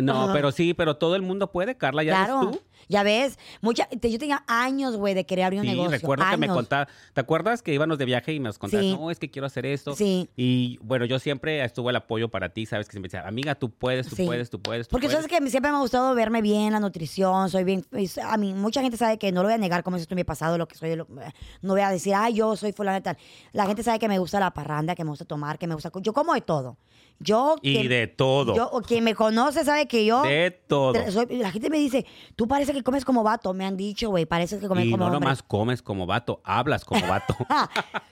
Speaker 2: No, pero sí, pero todo el mundo puede, Carla, ya ves
Speaker 1: Ah. claro.
Speaker 2: tú.
Speaker 1: Ya ves, mucha, te- yo tenía años, güey, de querer abrir un
Speaker 2: Sí,
Speaker 1: negocio.
Speaker 2: recuerdo que me
Speaker 1: años.
Speaker 2: contaba, ¿te acuerdas que íbamos de viaje y me contabas,
Speaker 1: Sí.
Speaker 2: no, es que quiero hacer esto?
Speaker 1: Sí.
Speaker 2: Y bueno, yo siempre estuve el apoyo para ti, sabes que siempre decía, amiga, tú puedes, tú
Speaker 1: Sí.
Speaker 2: puedes, tú puedes, tú
Speaker 1: Porque tú
Speaker 2: puedes.
Speaker 1: sabes que siempre me ha gustado verme bien, la nutrición, soy bien, es- a mí mucha gente sabe que no lo voy a negar como es esto en mi pasado, lo que soy, lo- eh, no voy a decir, ah, yo soy fulana de tal. La gente sabe que me gusta la parranda, que me gusta tomar, que me gusta, yo como de todo. Yo
Speaker 2: Y
Speaker 1: quien-
Speaker 2: de todo.
Speaker 1: yo- o quien me conoce sabe que yo
Speaker 2: de todo.
Speaker 1: tra- soy- la gente me dice, tú pareces que comes como vato, me han dicho, güey, pareces que comes
Speaker 2: Y
Speaker 1: como
Speaker 2: no
Speaker 1: hombre.
Speaker 2: nomás comes como vato, hablas como vato.
Speaker 1: Ah,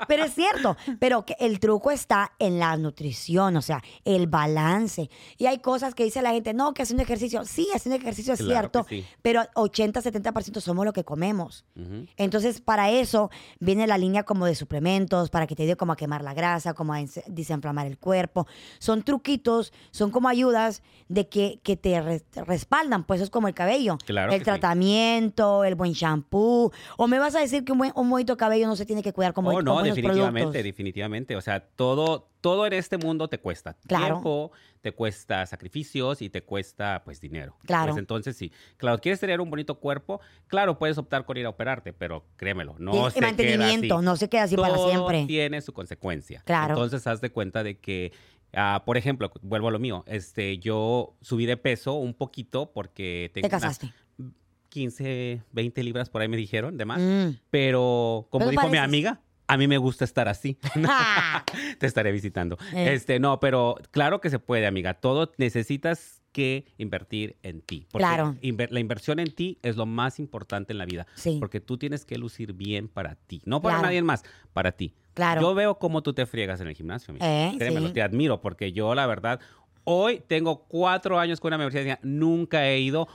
Speaker 1: pero es cierto, pero que el truco está en la nutrición, o sea, el balance. Y hay cosas que dice la gente, no, que haciendo ejercicio. Sí, haciendo ejercicio es
Speaker 2: Claro
Speaker 1: cierto,
Speaker 2: que sí.
Speaker 1: pero 80, 70% somos lo que comemos.
Speaker 2: Ujú.
Speaker 1: Entonces, para eso viene la línea como de suplementos, para que te ayude como a quemar la grasa, como a ens- desinflamar el cuerpo. Son truquitos, son como ayudas de que, que te res- te respaldan, pues eso es como el cabello.
Speaker 2: Claro
Speaker 1: el
Speaker 2: que sí.
Speaker 1: tratamiento, el buen shampoo. O me vas a decir que un, buen, un bonito cabello no se tiene que cuidar como
Speaker 2: Oh, no, definitivamente,
Speaker 1: productos.
Speaker 2: definitivamente. O sea, todo, todo en este mundo te cuesta
Speaker 1: Claro.
Speaker 2: tiempo, te cuesta sacrificios y te cuesta, pues, dinero.
Speaker 1: Claro.
Speaker 2: Pues entonces, sí. Claro, ¿quieres tener un bonito cuerpo? Claro, puedes optar con ir a operarte, pero créemelo, no
Speaker 1: Tiene-
Speaker 2: se
Speaker 1: mantenimiento,
Speaker 2: queda así.
Speaker 1: no se queda así para
Speaker 2: Todo
Speaker 1: siempre.
Speaker 2: tiene su consecuencia.
Speaker 1: Claro.
Speaker 2: Entonces, haz de cuenta de que Ah, por ejemplo, vuelvo a lo mío, este, yo subí de peso un poquito porque
Speaker 1: Te
Speaker 2: tengo unas
Speaker 1: casaste.
Speaker 2: 15, 20 libras por ahí me dijeron, de más.
Speaker 1: Mm.
Speaker 2: Pero como
Speaker 1: Pero
Speaker 2: dijo mi
Speaker 1: pareces-
Speaker 2: amiga, a mí me gusta estar así. Te estaré visitando.
Speaker 1: Eh.
Speaker 2: Este, no, pero claro que se puede, amiga. Todo necesitas que invertir en ti. Porque
Speaker 1: Claro.
Speaker 2: inver- la inversión en ti es lo más importante en la vida.
Speaker 1: Sí,
Speaker 2: Porque tú tienes que lucir bien para ti. No para
Speaker 1: Claro.
Speaker 2: nadie más, para ti.
Speaker 1: claro.
Speaker 2: Yo veo cómo tú te friegas en el gimnasio, amiga.
Speaker 1: Eh,
Speaker 2: Créemelo,
Speaker 1: sí.
Speaker 2: te admiro, porque yo, la verdad, hoy tengo cuatro años con una membresía, nunca he ido.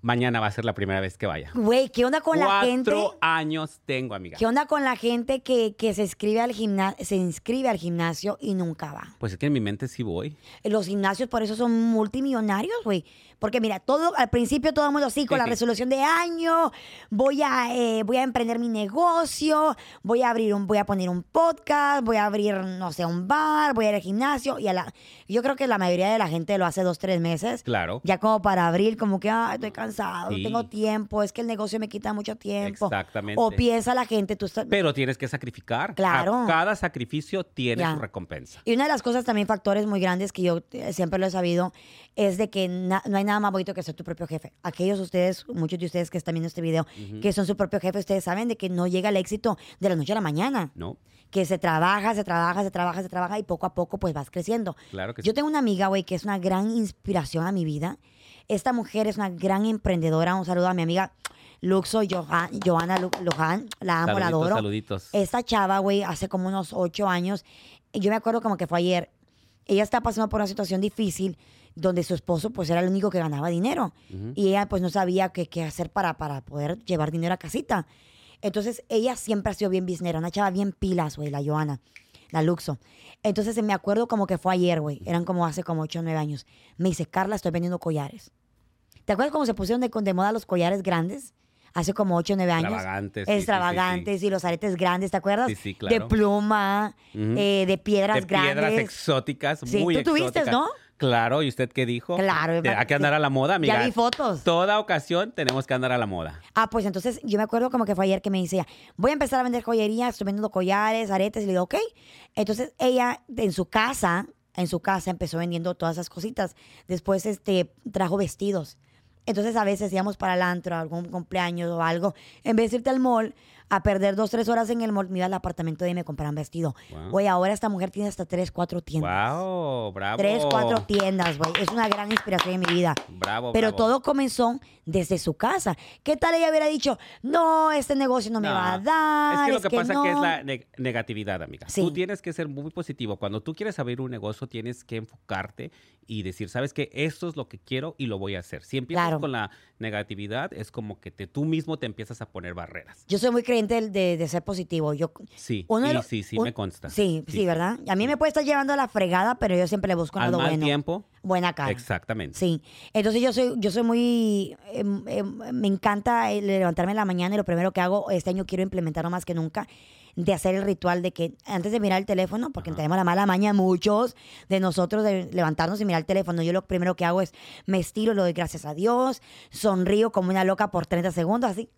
Speaker 2: Mañana va a ser la primera vez que vaya.
Speaker 1: Güey, ¿qué onda con la
Speaker 2: cuatro
Speaker 1: gente?
Speaker 2: años tengo, amiga.
Speaker 1: ¿Qué onda con la gente que, que se inscribe al gimnasio, se inscribe al gimnasio y nunca va? Eh,
Speaker 2: Pues es que en mi mente sí voy.
Speaker 1: Los gimnasios por eso son multimillonarios, güey. Porque mira, todo al principio todo el mundo así, con
Speaker 2: Sí,
Speaker 1: la
Speaker 2: sí.
Speaker 1: resolución de año, voy a, eh, voy a emprender mi negocio, voy a abrir un, voy a poner un podcast, voy a abrir, no sé, un bar, voy a ir al gimnasio. Y a la, yo creo que la mayoría de la gente lo hace dos, tres meses.
Speaker 2: Claro.
Speaker 1: Ya como para abrir, como que, ay, estoy cansado, no
Speaker 2: Sí.
Speaker 1: tengo tiempo, es que el negocio me quita mucho tiempo.
Speaker 2: Exactamente.
Speaker 1: O piensa la gente, tú estás...
Speaker 2: Pero tienes que sacrificar.
Speaker 1: Claro.
Speaker 2: A cada sacrificio tiene
Speaker 1: Ya.
Speaker 2: su recompensa.
Speaker 1: Y una de las cosas también, factores muy grandes que yo eh, siempre lo he sabido, es de que na- no hay nada más bonito que ser tu propio jefe. Aquellos ustedes, muchos de ustedes que están viendo este video, que son su propio jefe, ustedes saben de que no llega el éxito de la noche a la mañana.
Speaker 2: No,
Speaker 1: Que se trabaja, se trabaja, se trabaja, se trabaja y poco a poco pues vas creciendo.
Speaker 2: claro que
Speaker 1: Yo
Speaker 2: sí.
Speaker 1: tengo una amiga, güey, que es una gran inspiración a mi vida. Esta mujer es una gran emprendedora. Un saludo a mi amiga Luxo Johan, Johanna Lu- Luján. La amo, la
Speaker 2: Saluditos,
Speaker 1: adoro.
Speaker 2: saluditos.
Speaker 1: Esta chava, güey, hace como unos ocho años, yo me acuerdo como que fue ayer, ella estaba pasando por una situación difícil donde su esposo pues era el único que ganaba dinero
Speaker 2: Ujú.
Speaker 1: y ella pues no sabía qué, qué hacer para, para poder llevar dinero a casita. Entonces ella siempre ha sido bien biznera, una chava bien pilas, güey, la Joana, la Luxo. Entonces eh, me acuerdo como que fue ayer, güey, eran como hace como ocho o nueve años. Me dice, Carla, estoy vendiendo collares. ¿Te acuerdas cómo se pusieron de, de moda los collares grandes? Hace como ocho o nueve años
Speaker 2: Extravagantes. sí, sí, sí, sí.
Speaker 1: extravagantes y los aretes grandes, ¿te acuerdas?
Speaker 2: Sí, sí, claro.
Speaker 1: De pluma,
Speaker 2: Ujú.
Speaker 1: eh, de piedras
Speaker 2: De
Speaker 1: grandes.
Speaker 2: piedras exóticas,
Speaker 1: Sí,
Speaker 2: muy
Speaker 1: tú tuviste,
Speaker 2: exóticas.
Speaker 1: ¿no?
Speaker 2: Claro, ¿y usted qué dijo?
Speaker 1: Claro,
Speaker 2: Te- Hay que andar a la moda, amiga.
Speaker 1: Ya vi fotos.
Speaker 2: Toda ocasión tenemos que andar a la moda.
Speaker 1: Ah, pues entonces yo me acuerdo como que fue ayer que me dice ella, voy a empezar a vender joyería, estoy vendiendo collares, aretes, y le digo, ok. Entonces ella en su casa, en su casa empezó vendiendo todas esas cositas. Después este, trajo vestidos. Entonces a veces íbamos para el antro, a algún cumpleaños o algo. En vez de irte al mall a perder dos, tres horas en el mall, me iba al apartamento de ella y me compraba un vestido.
Speaker 2: Wow.
Speaker 1: Güey, ahora esta mujer tiene hasta tres, cuatro tiendas.
Speaker 2: Wow, bravo.
Speaker 1: Tres, cuatro tiendas, güey. Es una gran inspiración en mi vida.
Speaker 2: Bravo,
Speaker 1: Pero
Speaker 2: Oh, bravo.
Speaker 1: todo comenzó desde su casa. ¿Qué tal ella hubiera dicho? No, este negocio no me
Speaker 2: No.
Speaker 1: va a dar.
Speaker 2: Es que lo que, pasa
Speaker 1: no.
Speaker 2: que es la neg- negatividad, amiga.
Speaker 1: Sí.
Speaker 2: Tú tienes que ser muy positivo. Cuando tú quieres abrir un negocio, tienes que enfocarte y decir, ¿sabes qué? Esto es lo que quiero y lo voy a hacer. Si empiezas
Speaker 1: Claro.
Speaker 2: con la negatividad, es como que te, tú mismo te empiezas a poner barreras.
Speaker 1: Yo soy muy creyente del- de, de ser positivo. Yo,
Speaker 2: Sí,
Speaker 1: Uno de
Speaker 2: sí,
Speaker 1: lo-
Speaker 2: sí, sí,
Speaker 1: un-
Speaker 2: me consta.
Speaker 1: sí, sí,
Speaker 2: Sí.
Speaker 1: ¿verdad? A mí me puede estar llevando a la fregada, pero yo siempre le busco
Speaker 2: Al
Speaker 1: lo
Speaker 2: mal
Speaker 1: bueno.
Speaker 2: tiempo,
Speaker 1: Buena cara.
Speaker 2: exactamente.
Speaker 1: Sí, entonces yo soy, yo soy muy, em, em, me encanta el levantarme en la mañana y lo primero que hago este año quiero implementarlo más que nunca de hacer el ritual de que antes de mirar el teléfono, porque
Speaker 2: Ajá.
Speaker 1: tenemos la mala maña muchos de nosotros de levantarnos y mirar el teléfono, yo lo primero que hago es me estiro, lo doy gracias a Dios, sonrío como una loca por 30 segundos, así,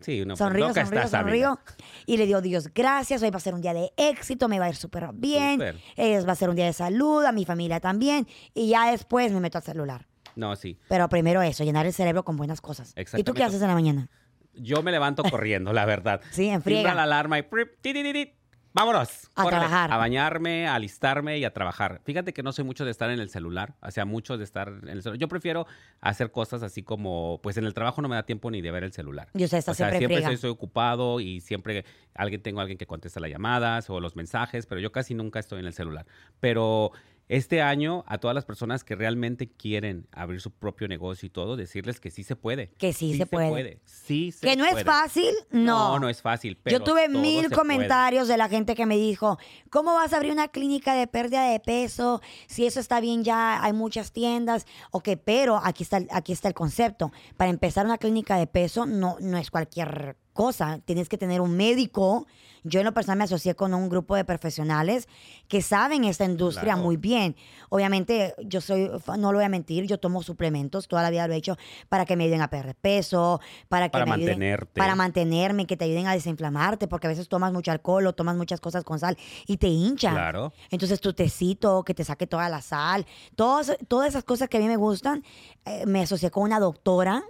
Speaker 2: Sí, una
Speaker 1: sonrío,
Speaker 2: pues, loca
Speaker 1: sonrío,
Speaker 2: estás, amiga.
Speaker 1: sonrío. Y le digo, Dios, gracias, hoy va a ser un día de éxito, me va a ir súper bien,
Speaker 2: Súper.
Speaker 1: eh, va a ser un día de salud, a mi familia también, y ya después me meto al celular.
Speaker 2: No, sí.
Speaker 1: Pero primero eso, llenar el cerebro con buenas cosas. ¿Y tú qué
Speaker 2: Exactamente.
Speaker 1: haces en la mañana?
Speaker 2: Yo me levanto corriendo, la verdad.
Speaker 1: Sí, en
Speaker 2: Vibra
Speaker 1: friega.
Speaker 2: la alarma y prip, ti, ti, ti, ti. vámonos.
Speaker 1: A trabajar.
Speaker 2: A bañarme, a alistarme y a trabajar. Fíjate que no soy mucho de estar en el celular, o sea, mucho de estar en el celular. Yo prefiero hacer cosas así como, pues en el trabajo no me da tiempo ni de ver el celular.
Speaker 1: Yo sé, está
Speaker 2: O sea,
Speaker 1: siempre, en
Speaker 2: siempre
Speaker 1: friega.
Speaker 2: soy, soy ocupado y siempre alguien tengo alguien que contesta las llamadas o los mensajes, pero yo casi nunca estoy en el celular. Pero este año a todas las personas que realmente quieren abrir su propio negocio y todo, decirles que sí se puede.
Speaker 1: Que sí, se, puede.
Speaker 2: Sí se
Speaker 1: Que no es
Speaker 2: puede.
Speaker 1: fácil, no.
Speaker 2: No, es fácil.
Speaker 1: Yo
Speaker 2: pero
Speaker 1: tuve
Speaker 2: todo se
Speaker 1: mil
Speaker 2: puede.
Speaker 1: comentarios de la gente que me dijo, ¿cómo vas a abrir una clínica de pérdida de peso? Si eso está bien ya, hay muchas tiendas. Ok, pero aquí está, el- aquí está el concepto. Para empezar una clínica de peso no, no es cualquier cosa. Tienes que tener un médico. Yo en lo personal me asocié con un grupo de profesionales que saben esta industria
Speaker 2: Claro.
Speaker 1: muy bien. Obviamente, yo soy, no lo voy a mentir, yo tomo suplementos, toda la vida lo he hecho para que me ayuden a perder peso, para que
Speaker 2: Para
Speaker 1: me ayuden-
Speaker 2: mantenerte.
Speaker 1: para mantenerme, que te ayuden a desinflamarte, porque a veces tomas mucho alcohol o tomas muchas cosas con sal y te hinchas.
Speaker 2: Claro.
Speaker 1: Entonces tu tecito, que te saque toda la sal, todas, todas esas cosas que a mí me gustan, eh, me asocié con una doctora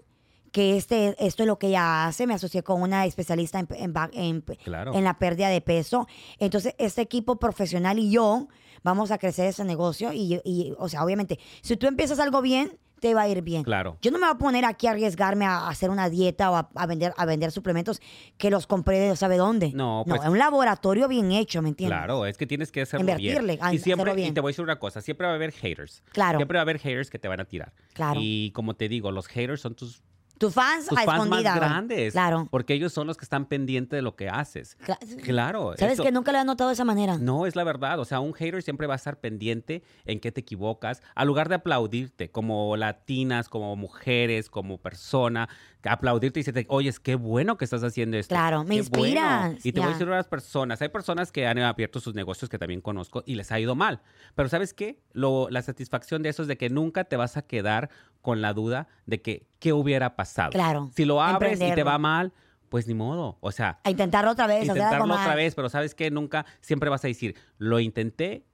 Speaker 1: que este, esto es lo que ella hace, me asocié con una especialista en, en ba- en-
Speaker 2: Claro.
Speaker 1: en la pérdida de peso. Entonces, este equipo profesional y yo vamos a crecer ese negocio y, y, o sea, obviamente, si tú empiezas algo bien, te va a ir bien.
Speaker 2: Claro.
Speaker 1: Yo no me voy a poner aquí a arriesgarme a hacer una dieta o a, a vender a vender suplementos que los compré de sabe dónde.
Speaker 2: No, pues-
Speaker 1: es un laboratorio bien hecho, ¿me entiendes?
Speaker 2: Claro, es que tienes que hacerlo
Speaker 1: Invertirle,
Speaker 2: bien.
Speaker 1: ah,
Speaker 2: Y siempre,
Speaker 1: hacerlo bien.
Speaker 2: y te voy a decir una cosa, siempre va a haber haters.
Speaker 1: Claro.
Speaker 2: Siempre va a haber haters que te van a tirar.
Speaker 1: Claro.
Speaker 2: Y como te digo, los haters son tus,
Speaker 1: Tus fans
Speaker 2: tus
Speaker 1: a
Speaker 2: fans más
Speaker 1: escondida. ¿verdad?
Speaker 2: grandes.
Speaker 1: Claro.
Speaker 2: Porque ellos son los que están pendientes de lo que haces.
Speaker 1: Cla-
Speaker 2: Claro.
Speaker 1: ¿Sabes
Speaker 2: eso-
Speaker 1: que nunca lo he notado de esa manera?
Speaker 2: No, es la verdad. O sea, un hater siempre va a estar pendiente en qué te equivocas. Al lugar de aplaudirte como latinas, como mujeres, como persona, aplaudirte y decirte, oye, qué bueno que estás haciendo esto.
Speaker 1: Claro, me
Speaker 2: Qué
Speaker 1: inspiras,
Speaker 2: Y te voy
Speaker 1: ya.
Speaker 2: a decir unas personas. Hay personas que han abierto sus negocios que también conozco y les ha ido mal. Pero ¿sabes qué? Lo- la satisfacción de eso es de que nunca te vas a quedar con la duda de que qué hubiera pasado.
Speaker 1: Claro,
Speaker 2: Si lo abres y te
Speaker 1: emprenderlo.
Speaker 2: va mal, pues ni modo. O sea,
Speaker 1: A intentarlo otra vez, hacer algo
Speaker 2: intentarlo
Speaker 1: más.
Speaker 2: otra vez, pero sabes que nunca, siempre vas a decir, lo intenté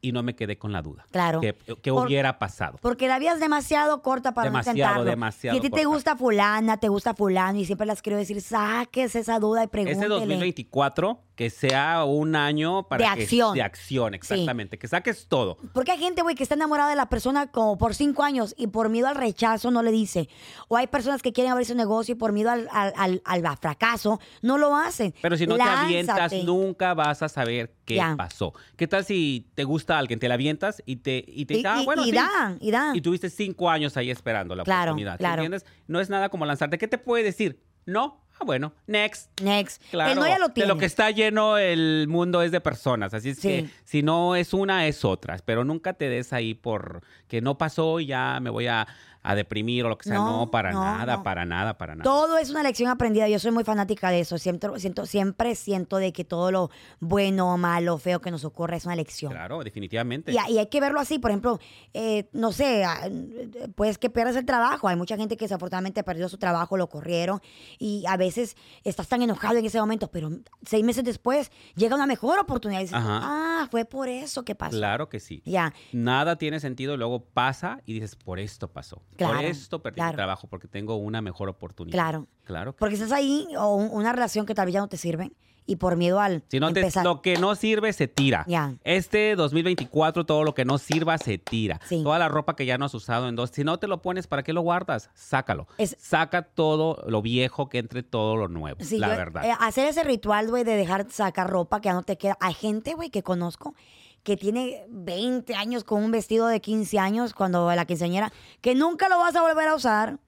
Speaker 2: y no me quedé con la duda.
Speaker 1: Claro.
Speaker 2: Que, que
Speaker 1: Por-
Speaker 2: hubiera pasado.
Speaker 1: Porque la vida es demasiado corta para
Speaker 2: Demasiado,
Speaker 1: no intentarlo.
Speaker 2: demasiado
Speaker 1: Si a ti te
Speaker 2: corta.
Speaker 1: gusta fulana, te gusta fulano, y siempre las quiero decir, saques esa duda y pregúntele.
Speaker 2: Este 2024, que sea un año para
Speaker 1: De
Speaker 2: que-
Speaker 1: acción.
Speaker 2: de acción, exactamente. Que saques todo.
Speaker 1: Porque hay gente, güey, que está enamorada de la persona como por cinco años y por miedo al rechazo no le dice. O hay personas que quieren abrir su negocio y por miedo al, al- al- al fracaso no lo hacen.
Speaker 2: Pero si no
Speaker 1: Lánzate.
Speaker 2: te avientas, nunca vas a saber qué
Speaker 1: Ya.
Speaker 2: pasó. ¿Qué tal si te gusta alguien, te la avientas y te, y te
Speaker 1: Y,
Speaker 2: ah,
Speaker 1: y-
Speaker 2: bueno,
Speaker 1: y
Speaker 2: sí.
Speaker 1: dan, y dan.
Speaker 2: Y tuviste cinco años ahí esperando la
Speaker 1: Claro,
Speaker 2: oportunidad. ¿sí
Speaker 1: claro.
Speaker 2: ¿Entiendes? No es nada como lanzarte. ¿Qué te puede decir? No. Ah, bueno, next.
Speaker 1: Next.
Speaker 2: Claro,
Speaker 1: El no ya lo
Speaker 2: de
Speaker 1: tiene.
Speaker 2: lo que está lleno el mundo es de personas, así es
Speaker 1: Sí.
Speaker 2: que si no es una, es otra, pero nunca te des ahí por que no pasó y ya me voy a, a deprimir o lo que sea,
Speaker 1: No,
Speaker 2: no, para
Speaker 1: no,
Speaker 2: nada,
Speaker 1: no.
Speaker 2: para nada, para nada.
Speaker 1: Todo es una lección aprendida. Yo soy muy fanática de eso. Siempre siento, siempre siento de que todo lo bueno, malo, feo que nos ocurre es una lección.
Speaker 2: Claro, definitivamente.
Speaker 1: Y, y hay que verlo así, por ejemplo, eh, no sé, ah, pues que pierdas el trabajo. Hay mucha gente que desafortunadamente perdió su trabajo, lo corrieron y a veces estás tan enojado en ese momento, pero seis meses después llega una mejor oportunidad y dices,
Speaker 2: Ajá.
Speaker 1: ah, fue por eso que pasó.
Speaker 2: Claro que sí.
Speaker 1: Ya,
Speaker 2: Nada tiene sentido y luego pasa y dices, por esto pasó.
Speaker 1: Claro,
Speaker 2: por esto perdí
Speaker 1: claro.
Speaker 2: mi trabajo porque tengo una mejor oportunidad.
Speaker 1: Claro.
Speaker 2: Claro. que-
Speaker 1: porque estás ahí o un- una relación que tal vez ya no te sirve y por miedo al
Speaker 2: Si no te-
Speaker 1: empezar.
Speaker 2: lo que no sirve se tira.
Speaker 1: Ya.
Speaker 2: Este 2024 todo lo que no sirva se tira.
Speaker 1: Sí.
Speaker 2: Toda la ropa que ya no has usado en dos, si no te lo pones, ¿para qué lo guardas? Sácalo.
Speaker 1: Es-
Speaker 2: Saca todo lo viejo que entre todo lo nuevo.
Speaker 1: Sí,
Speaker 2: la
Speaker 1: yo-
Speaker 2: verdad.
Speaker 1: eh, hacer ese ritual, güey, de dejar sacar ropa que ya no te queda. Hay gente, güey, que conozco que tiene 20 años con un vestido de 15 años cuando la quinceañera, que nunca lo vas a volver a usar,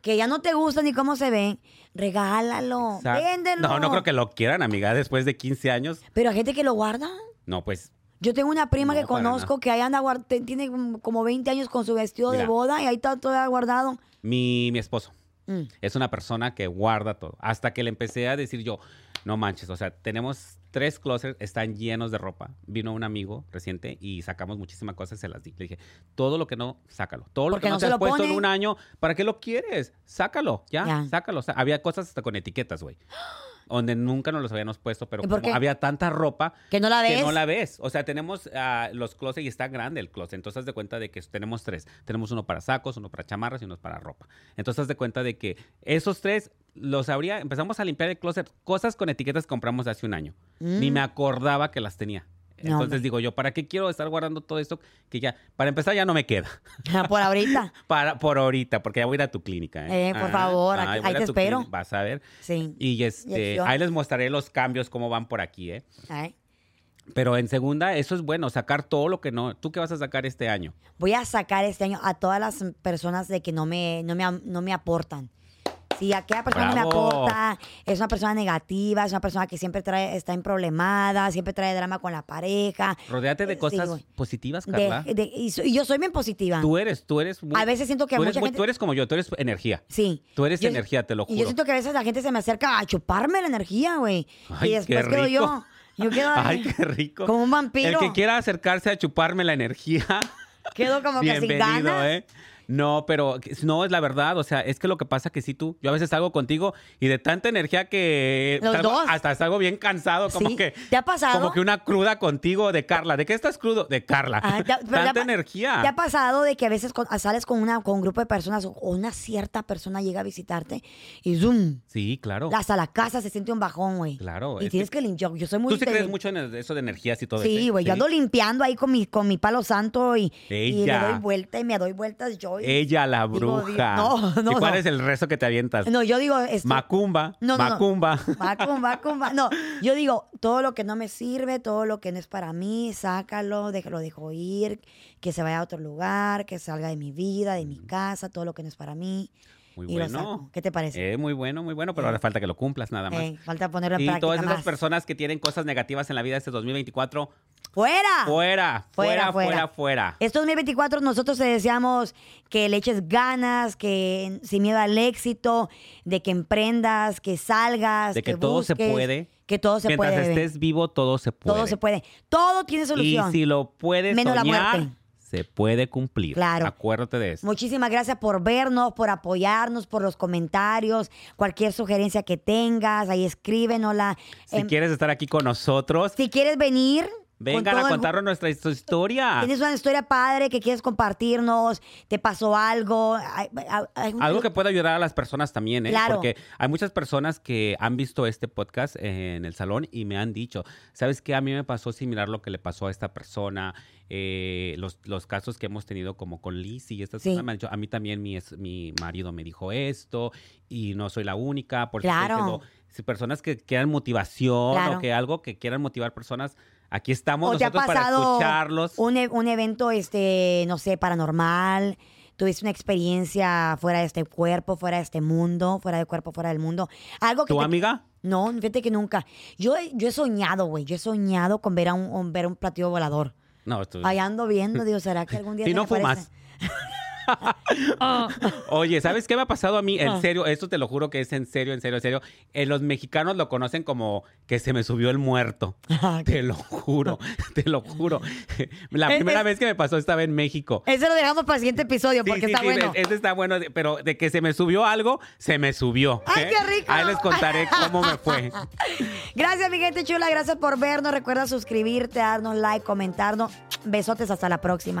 Speaker 1: que ya no te gusta ni cómo se ve, regálalo,
Speaker 2: O sea,
Speaker 1: véndelo.
Speaker 2: No, no creo que lo quieran, amiga, después de 15 años.
Speaker 1: Pero hay gente que lo guarda.
Speaker 2: No, pues
Speaker 1: Yo tengo una prima
Speaker 2: No,
Speaker 1: que
Speaker 2: para
Speaker 1: conozco que ahí anda guar- te- tiene como 20 años con su vestido de
Speaker 2: Mira.
Speaker 1: boda y ahí está todavía guardado.
Speaker 2: mi, mi esposo
Speaker 1: Mm.
Speaker 2: es una persona que guarda todo. Hasta que le empecé a decir yo, no manches, o sea, tenemos tres closets, están llenos de ropa. Vino un amigo reciente y sacamos muchísimas cosas, se las di. Le dije, todo lo que no, sácalo. Todo lo
Speaker 1: Porque
Speaker 2: que no,
Speaker 1: no se
Speaker 2: te has
Speaker 1: lo
Speaker 2: puesto
Speaker 1: pone.
Speaker 2: en un año, ¿para qué lo quieres? Sácalo, ya,
Speaker 1: Ya.
Speaker 2: sácalo. O sea, había cosas hasta con etiquetas, güey. Donde nunca nos los habíamos puesto, pero
Speaker 1: ¿Y por
Speaker 2: como
Speaker 1: qué?
Speaker 2: había tanta ropa,
Speaker 1: Que no la ves.
Speaker 2: que no la ves. O sea, tenemos ah, los closets y está grande el closet. Entonces, haz de cuenta de que tenemos tres. Tenemos uno para sacos, uno para chamarras y uno para ropa. Entonces, haz de cuenta de que esos tres los habría... Empezamos a limpiar el closet. Cosas con etiquetas que compramos hace un año.
Speaker 1: Mm.
Speaker 2: Ni me acordaba que las tenía.
Speaker 1: No,
Speaker 2: Entonces
Speaker 1: hombre.
Speaker 2: digo yo, ¿para qué quiero estar guardando todo esto que ya, para empezar ya no me queda,
Speaker 1: Por ahorita.
Speaker 2: para por ahorita, porque ya voy a ir a tu clínica. ¿eh?
Speaker 1: Eh, por favor, aquí-
Speaker 2: voy a ir
Speaker 1: ahí
Speaker 2: a
Speaker 1: te
Speaker 2: tu
Speaker 1: espero.
Speaker 2: clínica, Vas a ver.
Speaker 1: Sí.
Speaker 2: Y este,
Speaker 1: Inyección.
Speaker 2: ahí les mostraré los cambios cómo van por aquí, ¿eh?
Speaker 1: Ay.
Speaker 2: Pero en segunda, eso es bueno, sacar todo lo que no. ¿Tú qué vas a sacar este año?
Speaker 1: Voy a sacar este año a todas las personas de que no me, no me, am- no me aportan. Si aquella persona no me
Speaker 2: Bravo.
Speaker 1: aporta, es una persona negativa, es una persona que siempre trae, está en problemada, siempre trae drama con la pareja.
Speaker 2: Rodéate
Speaker 1: Eh, Sí,
Speaker 2: de cosas
Speaker 1: güey.
Speaker 2: positivas, Carla.
Speaker 1: De- de- y, so- y yo soy bien positiva.
Speaker 2: Tú eres, tú eres muy-
Speaker 1: A veces siento que
Speaker 2: tú
Speaker 1: mucha
Speaker 2: eres, muy-
Speaker 1: gente-
Speaker 2: tú eres como yo, tú eres energía.
Speaker 1: Sí.
Speaker 2: Tú eres
Speaker 1: Yo-
Speaker 2: energía, te lo
Speaker 1: Y
Speaker 2: juro.
Speaker 1: yo siento que a veces la gente se me acerca a chuparme la energía, güey.
Speaker 2: Ay,
Speaker 1: y después
Speaker 2: qué
Speaker 1: quedo pues yo.
Speaker 2: rico.
Speaker 1: Yo quedo
Speaker 2: Ay, qué rico.
Speaker 1: como un vampiro.
Speaker 2: El que quiera acercarse a chuparme la energía,
Speaker 1: Quedo como que sin
Speaker 2: bienvenido,
Speaker 1: ganas.
Speaker 2: ¿eh? No, pero que- no es la verdad, o sea, es que lo que pasa que sí tú, yo a veces salgo contigo y de tanta energía que
Speaker 1: Los
Speaker 2: salgo-
Speaker 1: dos.
Speaker 2: hasta salgo bien cansado, como
Speaker 1: Sí,
Speaker 2: que
Speaker 1: ¿te ha pasado?
Speaker 2: como que una cruda contigo de Carla, ¿de qué estás crudo? De Carla.
Speaker 1: Ah, te ha- pero te ha
Speaker 2: tanta
Speaker 1: pa-
Speaker 2: energía.
Speaker 1: ¿Te ha pasado de que a veces con- sales con, una, con un grupo de personas o una cierta persona llega a visitarte y zoom?
Speaker 2: Sí, claro.
Speaker 1: Hasta la casa se siente un bajón, güey.
Speaker 2: Claro,
Speaker 1: Y
Speaker 2: es
Speaker 1: tienes
Speaker 2: que-
Speaker 1: que limpiar. Yo soy muy.
Speaker 2: Tú sí
Speaker 1: de-
Speaker 2: crees mucho en el- eso de energías y todo eso.
Speaker 1: Sí,
Speaker 2: ¿eh?
Speaker 1: güey. Yo ando limpiando ahí con mi, con mi palo santo y, y le
Speaker 2: Ella.
Speaker 1: doy vuelta y me doy vueltas yo. y-
Speaker 2: Ella la
Speaker 1: Digo, di-
Speaker 2: bruja.
Speaker 1: no, no,
Speaker 2: ¿Y cuál
Speaker 1: no.
Speaker 2: es el rezo que te avientas?
Speaker 1: No, yo digo. esto-
Speaker 2: Macumba,
Speaker 1: No, no, no.
Speaker 2: macumba.
Speaker 1: Macumba, macumba. No, yo digo, todo lo que no me sirve, todo lo que no es para mí, sácalo, déjalo, lo dejo ir, que se vaya a otro lugar, que salga de mi vida, de mi casa, todo lo que no es para mí. y
Speaker 2: Muy bueno.
Speaker 1: lo saco. ¿Qué te parece?
Speaker 2: Eh, muy bueno, muy bueno, pero
Speaker 1: Eh.
Speaker 2: ahora falta que lo cumplas nada más.
Speaker 1: Eh, falta ponerlo en
Speaker 2: y
Speaker 1: práctica
Speaker 2: todas esas
Speaker 1: más.
Speaker 2: personas que tienen cosas negativas en la vida este 2024,
Speaker 1: ¡Fuera!
Speaker 2: fuera,
Speaker 1: Ah, Fuera,
Speaker 2: fuera, fuera,
Speaker 1: fuera.
Speaker 2: fuera.
Speaker 1: Este 2024 nosotros te deseamos que le eches ganas, que sin miedo al éxito, de que emprendas, que salgas,
Speaker 2: De que todo se
Speaker 1: busques,
Speaker 2: puede.
Speaker 1: que todo se
Speaker 2: Mientras
Speaker 1: puede. bebé.
Speaker 2: estés vivo, todo se puede.
Speaker 1: todo se puede. Todo tiene
Speaker 2: Y
Speaker 1: solución.
Speaker 2: si lo puedes
Speaker 1: Menos la
Speaker 2: soñar,
Speaker 1: muerte.
Speaker 2: se puede cumplir.
Speaker 1: Claro.
Speaker 2: Acuérdate de eso.
Speaker 1: Muchísimas gracias por vernos, por apoyarnos, por los comentarios, cualquier sugerencia que tengas, ahí escríbenosla.
Speaker 2: Si
Speaker 1: Em,
Speaker 2: quieres estar aquí con nosotros,
Speaker 1: si quieres venir, con
Speaker 2: vengan
Speaker 1: todo
Speaker 2: a
Speaker 1: el gu-
Speaker 2: contarnos nuestra his- historia.
Speaker 1: Tienes una historia padre que quieres compartirnos, te pasó algo. hay- hay- hay un- e-,
Speaker 2: Algo que pueda ayudar a las personas también, ¿eh?
Speaker 1: Claro.
Speaker 2: Porque hay muchas personas que han visto este podcast en el salón y me han dicho, ¿sabes qué? A mí me pasó similar lo que le pasó a esta persona, eh, los, los casos que hemos tenido como con Liz y estas
Speaker 1: Sí.
Speaker 2: personas me han dicho, a mí también mi, es- mi marido me dijo esto y no soy la única. Por eso estoy
Speaker 1: Claro.
Speaker 2: diciendo, si personas que quieran motivación
Speaker 1: Claro.
Speaker 2: o que algo que quieran motivar personas, aquí estamos
Speaker 1: ¿O te ha
Speaker 2: nosotros para
Speaker 1: pasado
Speaker 2: escucharlos.
Speaker 1: un, e- un evento, este, no sé, paranormal. Tuviste una experiencia fuera de este cuerpo, fuera de este mundo, fuera del cuerpo, fuera del mundo. Algo que
Speaker 2: ¿Tu
Speaker 1: te-
Speaker 2: amiga?
Speaker 1: No, fíjate que nunca. Yo, he- yo he soñado, güey. Yo he soñado con ver a un, un- ver un platillo volador.
Speaker 2: No, tú-
Speaker 1: Ahí ando viendo, digo, ¿será que algún día
Speaker 2: Si
Speaker 1: se
Speaker 2: no
Speaker 1: me aparece?
Speaker 2: fumas. Oye, ¿sabes qué me ha pasado a mí?
Speaker 1: Ah.
Speaker 2: En serio, esto te lo juro que es en serio, en serio, en serio. Eh, los mexicanos lo conocen como que se me subió el muerto.
Speaker 1: Ah,
Speaker 2: Te lo juro, te lo juro. La
Speaker 1: Es-
Speaker 2: primera
Speaker 1: es-
Speaker 2: vez que me pasó estaba en México.
Speaker 1: Ese lo dejamos para el siguiente episodio
Speaker 2: Sí,
Speaker 1: porque
Speaker 2: sí,
Speaker 1: está
Speaker 2: sí,
Speaker 1: bueno.
Speaker 2: es- Este está bueno, de- pero de que se me subió algo, se me subió.
Speaker 1: ¡Ay,
Speaker 2: ¿eh?
Speaker 1: qué rico!
Speaker 2: Ahí les contaré cómo me fue.
Speaker 1: Gracias, mi gente chula. Gracias por vernos. Recuerda suscribirte, darnos like, comentarnos. Besotes. Hasta la próxima.